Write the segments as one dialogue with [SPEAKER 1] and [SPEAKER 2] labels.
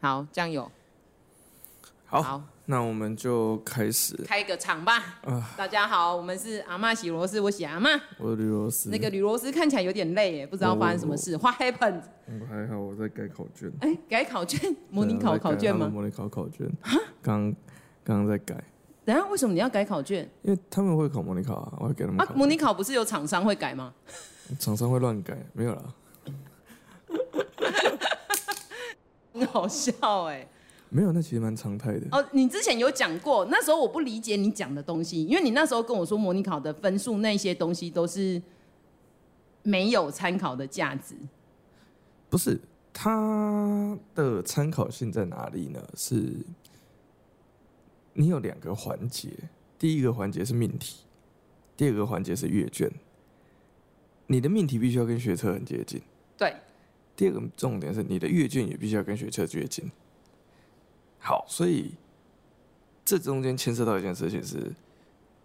[SPEAKER 1] 好，这样有
[SPEAKER 2] 好，
[SPEAKER 1] 好
[SPEAKER 2] 那我们就开始。
[SPEAKER 1] 开个场吧。
[SPEAKER 2] 啊
[SPEAKER 1] 大家好，我们是阿嬷洗螺丝，我洗阿嬷。
[SPEAKER 2] 我的螺丝，
[SPEAKER 1] 那个铝螺丝看起来有点累耶，不知道发生什么
[SPEAKER 2] 哦
[SPEAKER 1] 事。花 happened？
[SPEAKER 2] 我还好，我在改考卷，
[SPEAKER 1] 哎、改考卷，模拟
[SPEAKER 2] 对
[SPEAKER 1] 考
[SPEAKER 2] 啊在改
[SPEAKER 1] 考卷
[SPEAKER 2] 他们
[SPEAKER 1] 吗？
[SPEAKER 2] 模拟考考卷，刚刚刚在改，
[SPEAKER 1] 等一下为什么你要改考卷
[SPEAKER 2] 因为他们会考模拟考啊，我会给他们
[SPEAKER 1] 啊
[SPEAKER 2] 考。？
[SPEAKER 1] 模拟考不是有厂商会改吗？
[SPEAKER 2] 厂商会乱改，没有啦，
[SPEAKER 1] 很好笑哎、
[SPEAKER 2] 没有，那其实蛮常态的。
[SPEAKER 1] 哦，你之前有讲过，那时候我不理解你讲的东西，因为你那时候跟我说模拟考的分数那些东西都是没有参考的价值。
[SPEAKER 2] 不是它的参考性在哪里呢？是你有两个环节，第一个环节是命题，第二个环节是阅卷。你的命题必须要跟学测很接近，
[SPEAKER 1] 对，
[SPEAKER 2] 第二个重点是你的阅卷也必须要跟学测接近。好，所以这中间牵涉到一件事情是，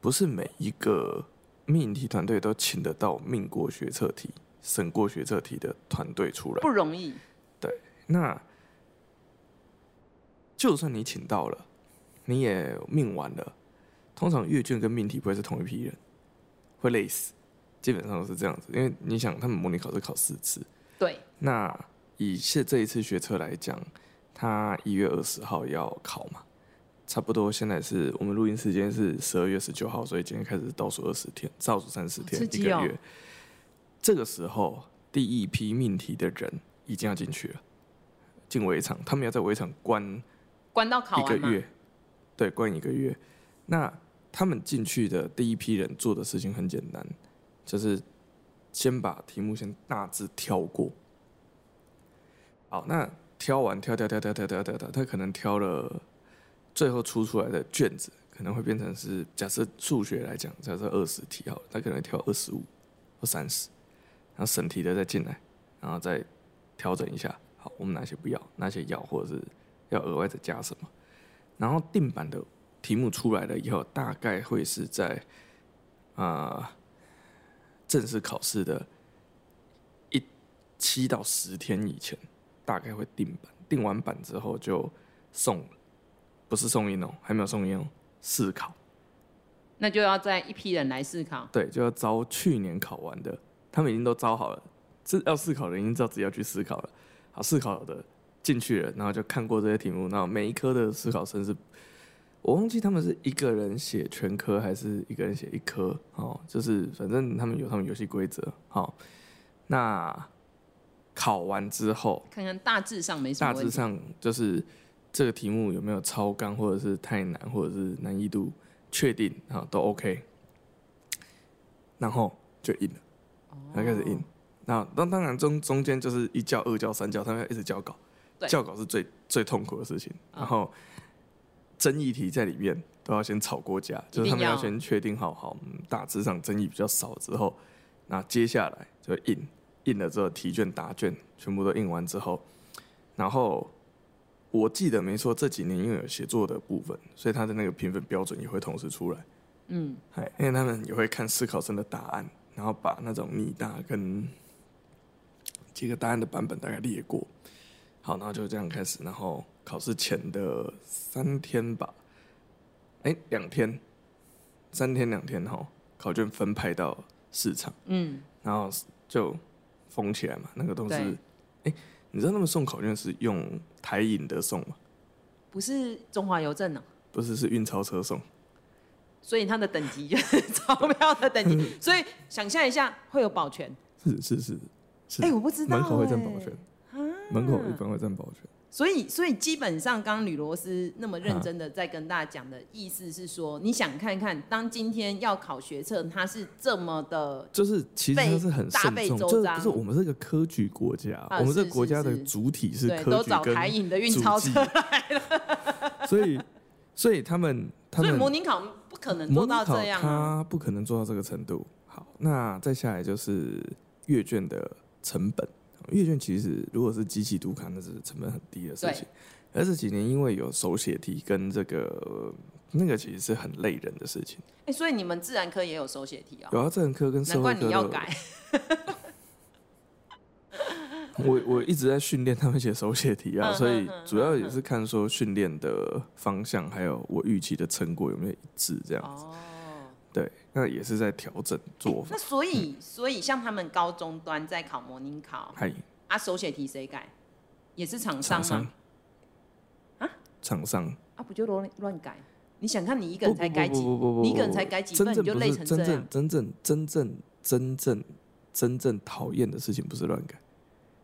[SPEAKER 2] 不是每一个命题团队都请得到命过学测题、审过学测题的团队出来？
[SPEAKER 1] 不容易。
[SPEAKER 2] 那就算你请到了，你也命完了，通常阅卷跟命题不会是同一批人，会累死，基本上都是这样子。因为你想，他们模拟考试考四次，
[SPEAKER 1] 对，
[SPEAKER 2] 那以现这一次学车来讲，他一月二十号要考嘛，差不多现在是我们录音时间是十二月十九号，所以今天开始倒数二十天，倒数三十
[SPEAKER 1] 好
[SPEAKER 2] 天、
[SPEAKER 1] 刺
[SPEAKER 2] 一
[SPEAKER 1] 激
[SPEAKER 2] 个
[SPEAKER 1] 哦
[SPEAKER 2] 月。这个时候，第一批命题的人已经要进去了，进围场，他们要在围场关
[SPEAKER 1] 关到考
[SPEAKER 2] 一个
[SPEAKER 1] 完嘛。
[SPEAKER 2] 月，对，关一个月。那他们进去的第一批人做的事情很简单，就是先把题目先大致挑过。好，那挑完挑挑挑挑挑挑挑挑，他可能挑了最后出出来的卷子可能会变成是，假设数学来讲，假设二十题好了，他可能挑二十五或三十，然后审题的再进来，然后再调整一下。好，我们哪些不要，哪些要，或者是要额外再加什么。然后定版的题目出来了呃以后，大概会是在啊、呃正式考试的一七到十天以前，大概会定版。定完版之后就送，不是送印哦，还没有送印哦，试考。
[SPEAKER 1] 那就要再一批人来试考。
[SPEAKER 2] 对，就要招去年考完的，他们已经都招好了，这要思考的已经知道自己要去思考了。好，思考的进去了，然后就看过这些题目，然后每一科的思考生是，我忘记他们是一个人写全科还是一个人写一科，哦，就是反正他们有他们游戏规则，好、那考完之后，
[SPEAKER 1] 看看大致上没什
[SPEAKER 2] 大
[SPEAKER 1] 么问
[SPEAKER 2] 致
[SPEAKER 1] 题。
[SPEAKER 2] 上就是这个题目有没有超纲，或者是太难，或者是难易度确定啊，都 OK。然后就赢了，他
[SPEAKER 1] 哦
[SPEAKER 2] 开始赢。那当当然中中间就是一教、二教、三教，他们要一直教稿，
[SPEAKER 1] 对
[SPEAKER 2] 教稿是最最痛苦的事情。
[SPEAKER 1] 啊
[SPEAKER 2] 然后争议题在里面都要先吵过架，就是他们
[SPEAKER 1] 一定要
[SPEAKER 2] 要先确定好好，嗯大致上争议比较少之后，那接下来就印印了之后，题卷、答卷全部都印完之后，然后我记得没错，这几年因为有写作的部分，所以他的那个评分标准也会同时出来。
[SPEAKER 1] 嗯，
[SPEAKER 2] 哎，因为他们也会看思考生的答案，然后把那种拟答跟几个答案的版本大概列过。好，然后就这样开始，然后考试前的三天吧，哎，两天，三天两天哈，考卷分派到市场，
[SPEAKER 1] 嗯，
[SPEAKER 2] 然后就封起来嘛，那个都是，
[SPEAKER 1] 对
[SPEAKER 2] 哎，你知道他们送考卷是用台引的送吗？
[SPEAKER 1] 不是中华邮政呢、啊
[SPEAKER 2] 不是，是运钞车送。
[SPEAKER 1] 所以它的等级就是 钞票的等级。所以想象一下，会有保全。
[SPEAKER 2] 嗯是是是是，
[SPEAKER 1] 哎、我不知道、
[SPEAKER 2] 门口会站
[SPEAKER 1] 哎
[SPEAKER 2] 保全，门口一般会站保全。
[SPEAKER 1] 所以，所以基本上，刚刚吕罗斯那么认真的在跟大家讲的意思是说，你想看看，当今天要考学测，它是这么的，
[SPEAKER 2] 就是其实它是很慎
[SPEAKER 1] 被
[SPEAKER 2] 重，
[SPEAKER 1] 大费周
[SPEAKER 2] 就是
[SPEAKER 1] 章
[SPEAKER 2] 不是我们是个科举国家，
[SPEAKER 1] 啊
[SPEAKER 2] 我们这
[SPEAKER 1] 是
[SPEAKER 2] 个国家
[SPEAKER 1] 是
[SPEAKER 2] 的
[SPEAKER 1] 是
[SPEAKER 2] 主体是
[SPEAKER 1] 对，
[SPEAKER 2] 科
[SPEAKER 1] 都
[SPEAKER 2] 举
[SPEAKER 1] 找
[SPEAKER 2] 跟
[SPEAKER 1] 台影的运钞车
[SPEAKER 2] 主， 所以所以他们 他
[SPEAKER 1] 所以
[SPEAKER 2] 们
[SPEAKER 1] 模拟考不可能做
[SPEAKER 2] 模拟
[SPEAKER 1] 到
[SPEAKER 2] 考
[SPEAKER 1] 这样啊。
[SPEAKER 2] 他不可能做到这个程度。好，那再下来就是阅卷的成本。阅卷其实如果是机器读卡，那是成本很低的事情。而这几年因为有手写题跟这个那个，其实是很累人的事情。
[SPEAKER 1] 哎、所以你们自然科也有手写题哦，
[SPEAKER 2] 有啊，这门课跟社
[SPEAKER 1] 难
[SPEAKER 2] 会
[SPEAKER 1] 怪
[SPEAKER 2] 课
[SPEAKER 1] 你要
[SPEAKER 2] 的
[SPEAKER 1] 改。
[SPEAKER 2] 我我一直在训练他们写手写题啊，
[SPEAKER 1] 嗯
[SPEAKER 2] 所以
[SPEAKER 1] 嗯嗯
[SPEAKER 2] 主要也是看说训练的方向，还有我预期的成果有没有一致这样子。
[SPEAKER 1] 哦，
[SPEAKER 2] 对，那也是在调整做法
[SPEAKER 1] 那。所以所以像他们高中端在考模拟考
[SPEAKER 2] 嗨，
[SPEAKER 1] 啊，手写题谁改？也是厂商
[SPEAKER 2] 厂
[SPEAKER 1] 吗？
[SPEAKER 2] 商厂商
[SPEAKER 1] 啊，不就乱乱改？你想看你一个
[SPEAKER 2] 不
[SPEAKER 1] 人
[SPEAKER 2] 不
[SPEAKER 1] 才
[SPEAKER 2] 不
[SPEAKER 1] 改
[SPEAKER 2] 不
[SPEAKER 1] 几？
[SPEAKER 2] 不不不，
[SPEAKER 1] 你一个人才改几份
[SPEAKER 2] 真正
[SPEAKER 1] 你就
[SPEAKER 2] 不
[SPEAKER 1] 累
[SPEAKER 2] 是
[SPEAKER 1] 成
[SPEAKER 2] 真
[SPEAKER 1] 这
[SPEAKER 2] 正
[SPEAKER 1] 样
[SPEAKER 2] 真正真正真正真正讨厌的事情不是乱改，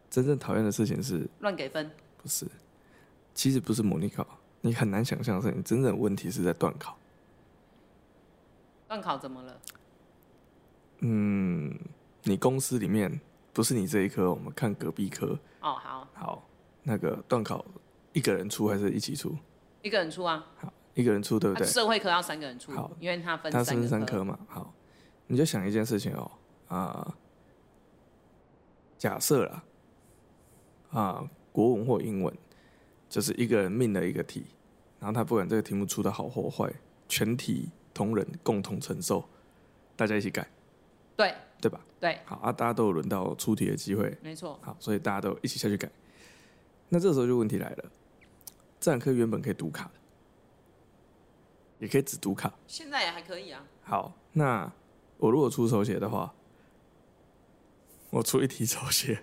[SPEAKER 2] 真正讨厌的事情是
[SPEAKER 1] 乱给分
[SPEAKER 2] 不是？其实不是模拟考，你很难想象的是，你真正的问题是在断考。
[SPEAKER 1] 乱考怎么了？
[SPEAKER 2] 嗯，你公司里面不是你这一科，我们看隔壁科。
[SPEAKER 1] 哦，好，
[SPEAKER 2] 好，那个断考一个人出还是一起出？
[SPEAKER 1] 一个人出啊，
[SPEAKER 2] 好，一个人出对不
[SPEAKER 1] 啊
[SPEAKER 2] 对？
[SPEAKER 1] 社会科要三个人出
[SPEAKER 2] 好，
[SPEAKER 1] 因为他分
[SPEAKER 2] 他
[SPEAKER 1] 三
[SPEAKER 2] 分
[SPEAKER 1] 个
[SPEAKER 2] 三
[SPEAKER 1] 科
[SPEAKER 2] 科嘛。好，你就想一件事情哦，啊、假设啦，啊、国文或英文，就是一个人命了一个题，然后他不管这个题目出的好或坏，全体同仁共同承受，大家一起改，
[SPEAKER 1] 对
[SPEAKER 2] 对吧？
[SPEAKER 1] 对，
[SPEAKER 2] 好啊，大家都有轮到出题的机会，
[SPEAKER 1] 没错，
[SPEAKER 2] 好，所以大家都一起下去改。那这时候就问题来了，自然科原本可以读卡的，也可以只读卡。
[SPEAKER 1] 现在也还可以啊。
[SPEAKER 2] 好，那我如果出手写的话，我出一题手写。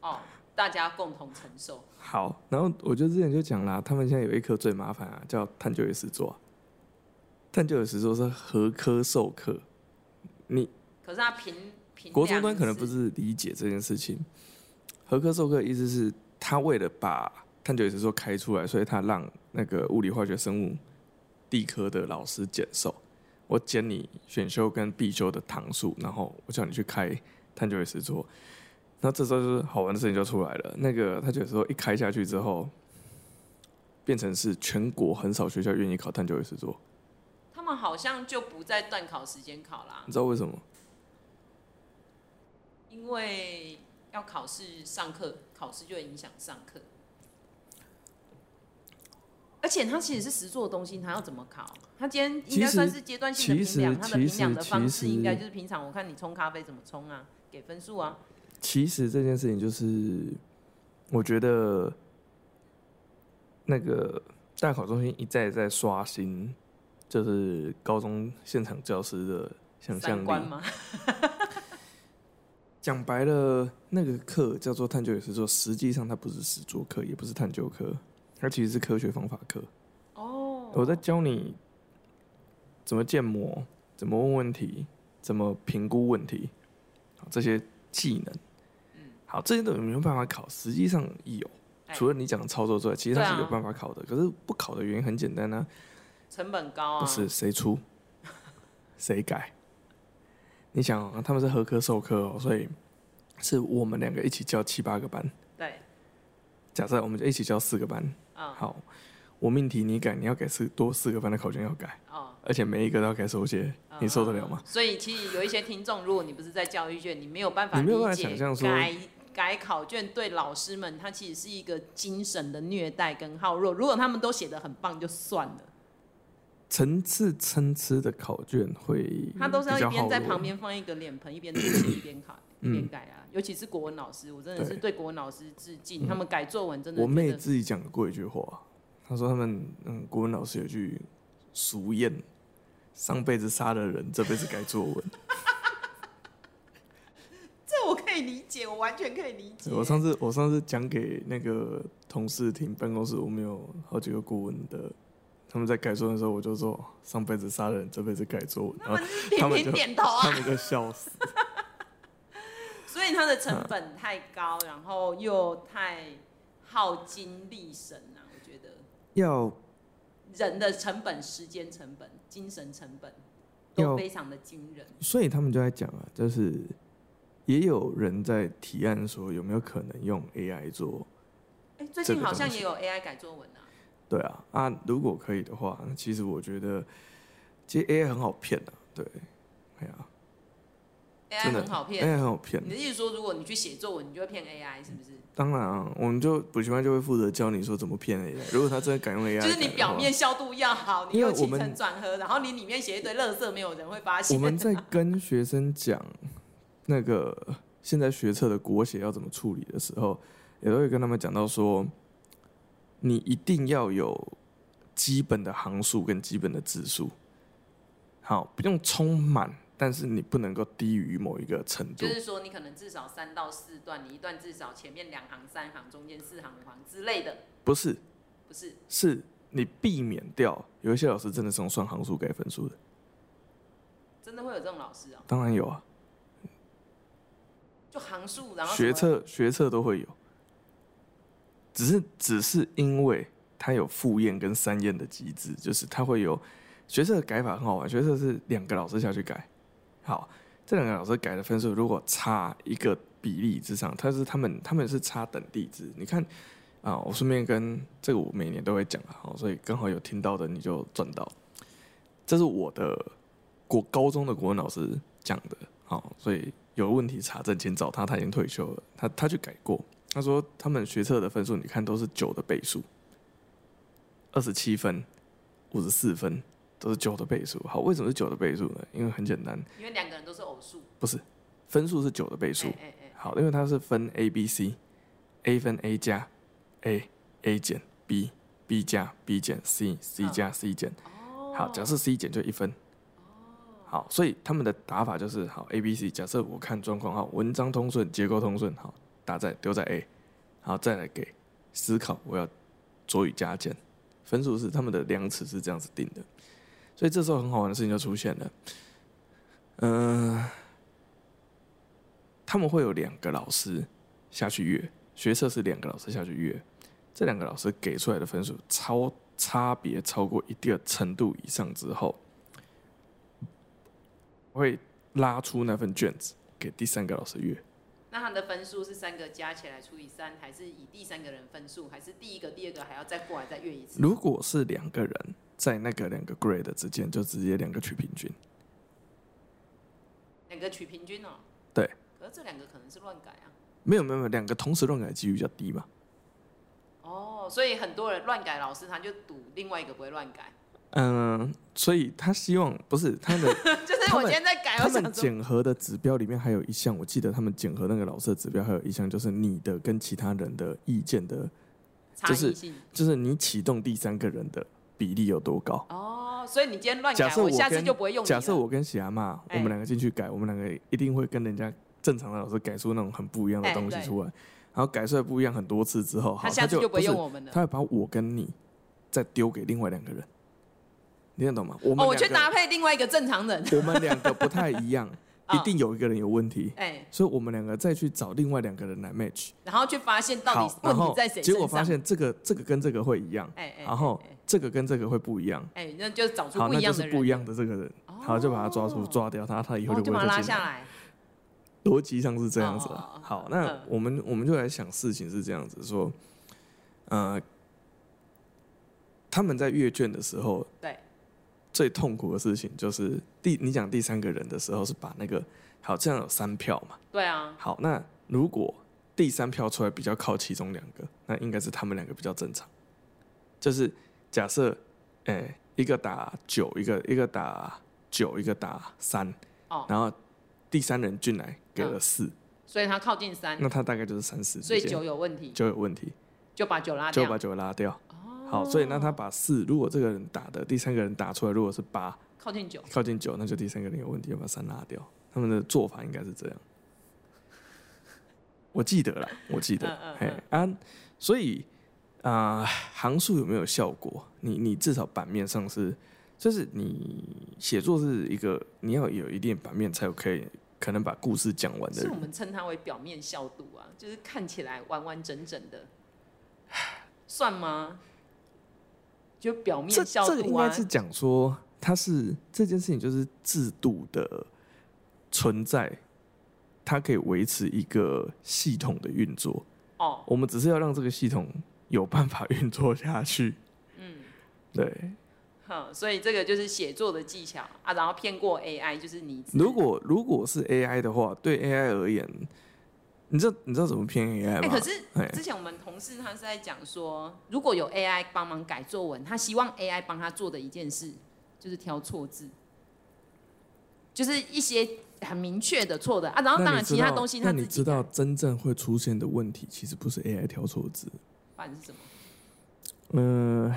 [SPEAKER 1] 哦，大家共同承受。
[SPEAKER 2] 好，然后我就之前就讲啦，他们现在有一科最麻烦啊，叫探究与实作啊、探究与实作是合科授课，你
[SPEAKER 1] 可是他评评
[SPEAKER 2] 国中
[SPEAKER 1] 量
[SPEAKER 2] 端可能不
[SPEAKER 1] 是
[SPEAKER 2] 是理解这件事情。合科授课的意思是，他为了把探究与实作开出来，所以他让那个物理、化学、生物、地科的老师减寿。我减你选修跟必修的堂数，然后我叫你去开探究与实作。那这时候就是好玩的事情就出来了。那个探究与实作一开下去之后，变成是全国很少学校愿意考探究与实作。
[SPEAKER 1] 他们好像就不在断考时间考啦
[SPEAKER 2] 你，知道为什么？
[SPEAKER 1] 因为要考试上课，考试就会影响上课。而且他其实是实做的东西，他要怎么考？他今天应该
[SPEAKER 2] 其实
[SPEAKER 1] 算是阶段性的评量，
[SPEAKER 2] 其实
[SPEAKER 1] 他的评量的
[SPEAKER 2] 其实
[SPEAKER 1] 方
[SPEAKER 2] 其
[SPEAKER 1] 式
[SPEAKER 2] 实
[SPEAKER 1] 应该就是平常我看你冲咖啡怎么冲啊，给分数啊。
[SPEAKER 2] 其实这件事情就是，我觉得那个大考中心一再在刷新，就是高中现场教师的想象
[SPEAKER 1] 三观
[SPEAKER 2] 力。
[SPEAKER 1] 嘛，
[SPEAKER 2] 讲白了，那个课叫做探究与实作，实际上它不是实作课，也不是探究课，它其实是科学方法课。
[SPEAKER 1] 哦，
[SPEAKER 2] 我在教你怎么建模，怎么问问题，怎么评估问题，好这些技能。好，这些都有没有办法考？实际上有，
[SPEAKER 1] 嗯哎
[SPEAKER 2] 除了你讲的操作之外，其实它
[SPEAKER 1] 对啊
[SPEAKER 2] 是有办法考的。可是不考的原因很简单啊，
[SPEAKER 1] 成本高啊，
[SPEAKER 2] 不是谁出，谁改。你想哦、他们是合科授课哦，所以是我们两个一起教七八个班。
[SPEAKER 1] 对，
[SPEAKER 2] 假设我们就一起教四个班，
[SPEAKER 1] 嗯，
[SPEAKER 2] 好，我命题你改，你要改四多四个班的考卷要改。
[SPEAKER 1] 哦，
[SPEAKER 2] 而且每一个都要改手写，
[SPEAKER 1] 啊
[SPEAKER 2] 你受得了吗？
[SPEAKER 1] 所以其实有一些听众，如果你不是在教育界，你没有办法
[SPEAKER 2] 你没有办法
[SPEAKER 1] 理解
[SPEAKER 2] 想象说
[SPEAKER 1] 改改考卷对老师们，它其实是一个精神的虐待跟耗弱。如果他们都写的很棒，就算了，
[SPEAKER 2] 层次参差的考卷会，
[SPEAKER 1] 他都是要一边在旁。边放一个脸盆，一边写一边考
[SPEAKER 2] 嗯
[SPEAKER 1] 一边改啊。尤其是国文老师，我真的是对国文老师致敬，他们改作文真的
[SPEAKER 2] 嗯我妹
[SPEAKER 1] 觉得
[SPEAKER 2] 自己讲过一句话，她说他们嗯，国文老师有句俗谚：上辈子杀了人，这辈子改作文。
[SPEAKER 1] 这我可以理解，我完全可以理解。
[SPEAKER 2] 我上次我上次讲给那个同事听，办公室我们有好几个国文的，他们在改作文的时候，我就说上辈子杀了人，这辈子改作文，然后
[SPEAKER 1] 频
[SPEAKER 2] 他们 就
[SPEAKER 1] 频点头啊
[SPEAKER 2] 他。们就 笑死。嗯
[SPEAKER 1] 所以它的成本太高，然后又太耗精力神啊，我觉得
[SPEAKER 2] 要
[SPEAKER 1] 人的成本、时间成本、精神成本
[SPEAKER 2] 要
[SPEAKER 1] 都非常的惊人。
[SPEAKER 2] 所以他们就在讲啊，就是也有人在提案说有没有可能用 AI 做？
[SPEAKER 1] 哎、最
[SPEAKER 2] 这
[SPEAKER 1] 近
[SPEAKER 2] 个
[SPEAKER 1] 好像
[SPEAKER 2] 东西
[SPEAKER 1] 也有 AI 改作文啊，
[SPEAKER 2] 对啊，啊，如果可以的话，那其实我觉得其实 AI 很好骗啊，对，哎呀、
[SPEAKER 1] ，AI
[SPEAKER 2] 真的
[SPEAKER 1] 很好骗。
[SPEAKER 2] ，AI 很好骗
[SPEAKER 1] 你。的意思说，如果你去写作文，你就会骗 AI 是不是？
[SPEAKER 2] 当然啊，我们就补习班就会负责教你说怎么骗 AI。如果他真的敢用 AI，
[SPEAKER 1] 就是你
[SPEAKER 2] 改的话
[SPEAKER 1] 表面消度要好，你
[SPEAKER 2] 哦因
[SPEAKER 1] 有
[SPEAKER 2] 为我
[SPEAKER 1] 起
[SPEAKER 2] 们
[SPEAKER 1] 承转合，然后你里 面写一堆垃圾，没有人会发现。
[SPEAKER 2] 我们在跟学生讲那个现在学测的国写要怎么处理的时候，也都会跟他们讲到说，你一定要有基本的行数跟基本的字数，好，不用充满，但是你不能够低于某一个程度
[SPEAKER 1] 就。是说你可能至少三到四段，你一段至少前面两行、三行，中间四行、五行之类的，
[SPEAKER 2] 不是，
[SPEAKER 1] 不是？
[SPEAKER 2] 是你避免掉有一些老师真的是用算行数给分数的，
[SPEAKER 1] 真的会有这种老师啊、
[SPEAKER 2] 当然有啊，
[SPEAKER 1] 就行数，然后什么
[SPEAKER 2] 学测学测都会有，只是只是因为它有复验跟三验的机制，就是它会有学测的改法很好玩，学测是两个老师下去改，好，这两个老师改的分数如果差一个比例之上，它是他们他们是差等地制，你看。啊，我顺便跟这个我每年都会讲啊，好所以刚好有听到的你就赚到。这是我的国高中的国文老师讲的，好，所以有问题查证请找他，他已经退休了，他他去改过，他说他们学测的分数你看都是九的倍数，二十七分、五十四分都是九的倍数。好，为什么是九的倍数呢？因为很简单，
[SPEAKER 1] 因为两个人都是偶数，
[SPEAKER 2] 不是分数是九的倍数
[SPEAKER 1] 哎，哎哎，
[SPEAKER 2] 好，因为它是分 A、B、C，A 分 A 加，A A 减 B，B 加 B 减 C，C
[SPEAKER 1] 嗯
[SPEAKER 2] 加 C 减。
[SPEAKER 1] 哦，
[SPEAKER 2] 好，假设 C 减就一分。好，所以他们的打法就是好 A、B、C。假设我看状况，好，文章通顺，结构通顺，好，打在丢在 A，好，再来给思考，我要左与加减，分数是他们的量尺是这样子定的。所以这时候很好玩的事情就出现了，嗯、他们会有两个老师下去阅，学测是两个老师下去阅，这两个老师给出来的分数超差别超过一定的程度以上之后，会拉出那份卷子给第三个老师阅。
[SPEAKER 1] 那他的分数是三个加起来除以三，还是以第三个人分数，还是第一个、第二个还要再过来再阅一次？
[SPEAKER 2] 如果是两个人在那个两个 grade 之间，就直接两个取平均。
[SPEAKER 1] 两个取平均哦。
[SPEAKER 2] 对。
[SPEAKER 1] 可是这两个可能是乱改啊。
[SPEAKER 2] 没有没有没有，两个同时乱改的几率比较低嘛。
[SPEAKER 1] 哦，所以很多人乱改老师，他就赌另外一个不会乱改。
[SPEAKER 2] 嗯，所以他希望不是他的
[SPEAKER 1] 就是
[SPEAKER 2] 他
[SPEAKER 1] 我
[SPEAKER 2] 们
[SPEAKER 1] 今天在改，
[SPEAKER 2] 他
[SPEAKER 1] 哎我想
[SPEAKER 2] 们
[SPEAKER 1] 说，
[SPEAKER 2] 检核的指标里面还有一项，我记得他们检核那个老师的指标还有一项，就是你的跟其他人的意见的
[SPEAKER 1] 差
[SPEAKER 2] 就是
[SPEAKER 1] 异性。
[SPEAKER 2] 就是你启动第三个人的比例有多高。
[SPEAKER 1] 哦，所以你今天乱改
[SPEAKER 2] 假，设我
[SPEAKER 1] 下次
[SPEAKER 2] 跟
[SPEAKER 1] 就不会用你
[SPEAKER 2] 假设
[SPEAKER 1] 了
[SPEAKER 2] 我跟喜阿妈，我
[SPEAKER 1] 哎
[SPEAKER 2] 们两个进去改，我们两个一定会跟人家正常的老师改出那种很不一样的
[SPEAKER 1] 哎
[SPEAKER 2] 东西
[SPEAKER 1] 对
[SPEAKER 2] 出来。然后改出来不一样很多次之后，好，
[SPEAKER 1] 他下
[SPEAKER 2] 他
[SPEAKER 1] 次
[SPEAKER 2] 就
[SPEAKER 1] 就不会
[SPEAKER 2] 是
[SPEAKER 1] 用我们了。
[SPEAKER 2] 他会把我跟你再丢给另外两个人，你听得懂吗？我们
[SPEAKER 1] 哦，我
[SPEAKER 2] 两
[SPEAKER 1] 去
[SPEAKER 2] 个
[SPEAKER 1] 搭配另外一个正常人。
[SPEAKER 2] 我们两个不太一样，
[SPEAKER 1] 啊
[SPEAKER 2] 一定有一个人有问题，
[SPEAKER 1] 哎，
[SPEAKER 2] 所以我们两个再去找另外两个人来 match。
[SPEAKER 1] 然后去发现到底
[SPEAKER 2] 好，
[SPEAKER 1] 问
[SPEAKER 2] 然
[SPEAKER 1] 题
[SPEAKER 2] 后
[SPEAKER 1] 在谁
[SPEAKER 2] 结
[SPEAKER 1] 身
[SPEAKER 2] 果
[SPEAKER 1] 上。
[SPEAKER 2] 发现这个这个跟这个会一样，
[SPEAKER 1] 哎哎，
[SPEAKER 2] 然后
[SPEAKER 1] 哎
[SPEAKER 2] 这个跟这个会不一样。
[SPEAKER 1] 哎，哎那就找出
[SPEAKER 2] 好，
[SPEAKER 1] 不
[SPEAKER 2] 那
[SPEAKER 1] 一
[SPEAKER 2] 就
[SPEAKER 1] 样的
[SPEAKER 2] 是
[SPEAKER 1] 人，
[SPEAKER 2] 不一样的这个人，好就把他抓住，
[SPEAKER 1] 哦
[SPEAKER 2] 抓掉他，他以后
[SPEAKER 1] 哦
[SPEAKER 2] 就
[SPEAKER 1] 就
[SPEAKER 2] 不
[SPEAKER 1] 把
[SPEAKER 2] 会
[SPEAKER 1] 他拉
[SPEAKER 2] 再进
[SPEAKER 1] 下
[SPEAKER 2] 来。
[SPEAKER 1] 来。
[SPEAKER 2] 逻辑上是这样子啊。
[SPEAKER 1] 哦哦哦
[SPEAKER 2] 好，那
[SPEAKER 1] 嗯
[SPEAKER 2] 我们我们就来想事情是这样子说，呃，他们在阅卷的时候，
[SPEAKER 1] 对，
[SPEAKER 2] 最痛苦的事情就是第你讲第三个人的时候是把那个好，这样有三票嘛。
[SPEAKER 1] 对啊，
[SPEAKER 2] 好，那如果第三票出来比较靠其中两个，那应该是他们两个比较正常。就是假设，诶、一个打九，一个一个打九，一个打三，
[SPEAKER 1] 哦
[SPEAKER 2] 然后第三人进来给了
[SPEAKER 1] 嗯
[SPEAKER 2] 四、
[SPEAKER 1] 所以他靠近三，
[SPEAKER 2] 那他大概就是三四
[SPEAKER 1] 所以
[SPEAKER 2] 之间
[SPEAKER 1] 九有问题，
[SPEAKER 2] 就有问题，
[SPEAKER 1] 就把九拉
[SPEAKER 2] 就
[SPEAKER 1] 掉。
[SPEAKER 2] 把九拉掉。好，所以那他把四，如果这个人打的第三个人打出来，如果是八
[SPEAKER 1] 靠近九，
[SPEAKER 2] 靠近九，那就第三个人有问题，要把三拉掉。他们的做法应该是这样， 我记得了，我记得，
[SPEAKER 1] 嗯
[SPEAKER 2] 嘿啊，所以啊、行数有没有效果？你你至少版面上是，就是你写作是一个你要有一定版面才有可以可能把故事讲完的
[SPEAKER 1] 是
[SPEAKER 2] 人
[SPEAKER 1] 我，们称它为表面效度啊，就是看起来完完整整的， 算吗？就表面
[SPEAKER 2] 这
[SPEAKER 1] 效
[SPEAKER 2] 这个
[SPEAKER 1] 度
[SPEAKER 2] 应
[SPEAKER 1] 啊
[SPEAKER 2] 该，是讲说，它是这件事情就是制度的存在，它可以维持一个系统的运作。
[SPEAKER 1] 哦，
[SPEAKER 2] 我们只是要让这个系统有办法运作下去。嗯，对。
[SPEAKER 1] 哼，所以这个就是写作的技巧啊，然后骗过 AI，就是你自己
[SPEAKER 2] 如果如果是 AI 的话，对 AI 而言，你知道你知道怎么骗 AI
[SPEAKER 1] 哎、
[SPEAKER 2] 吗？
[SPEAKER 1] 可是
[SPEAKER 2] 哎
[SPEAKER 1] 之前我们同事他是在讲说，如果有 AI 帮忙改作文，他希望 AI 帮他做的一件事就是挑错字。就是一些很明确的错的啊。然后当
[SPEAKER 2] 那
[SPEAKER 1] 然
[SPEAKER 2] 你知
[SPEAKER 1] 其
[SPEAKER 2] 道，
[SPEAKER 1] 他东西
[SPEAKER 2] 那
[SPEAKER 1] 他
[SPEAKER 2] 你
[SPEAKER 1] 自己
[SPEAKER 2] 知道真正会出现的问题，其实不是 AI 挑错字，
[SPEAKER 1] 不然是什么？
[SPEAKER 2] 嗯、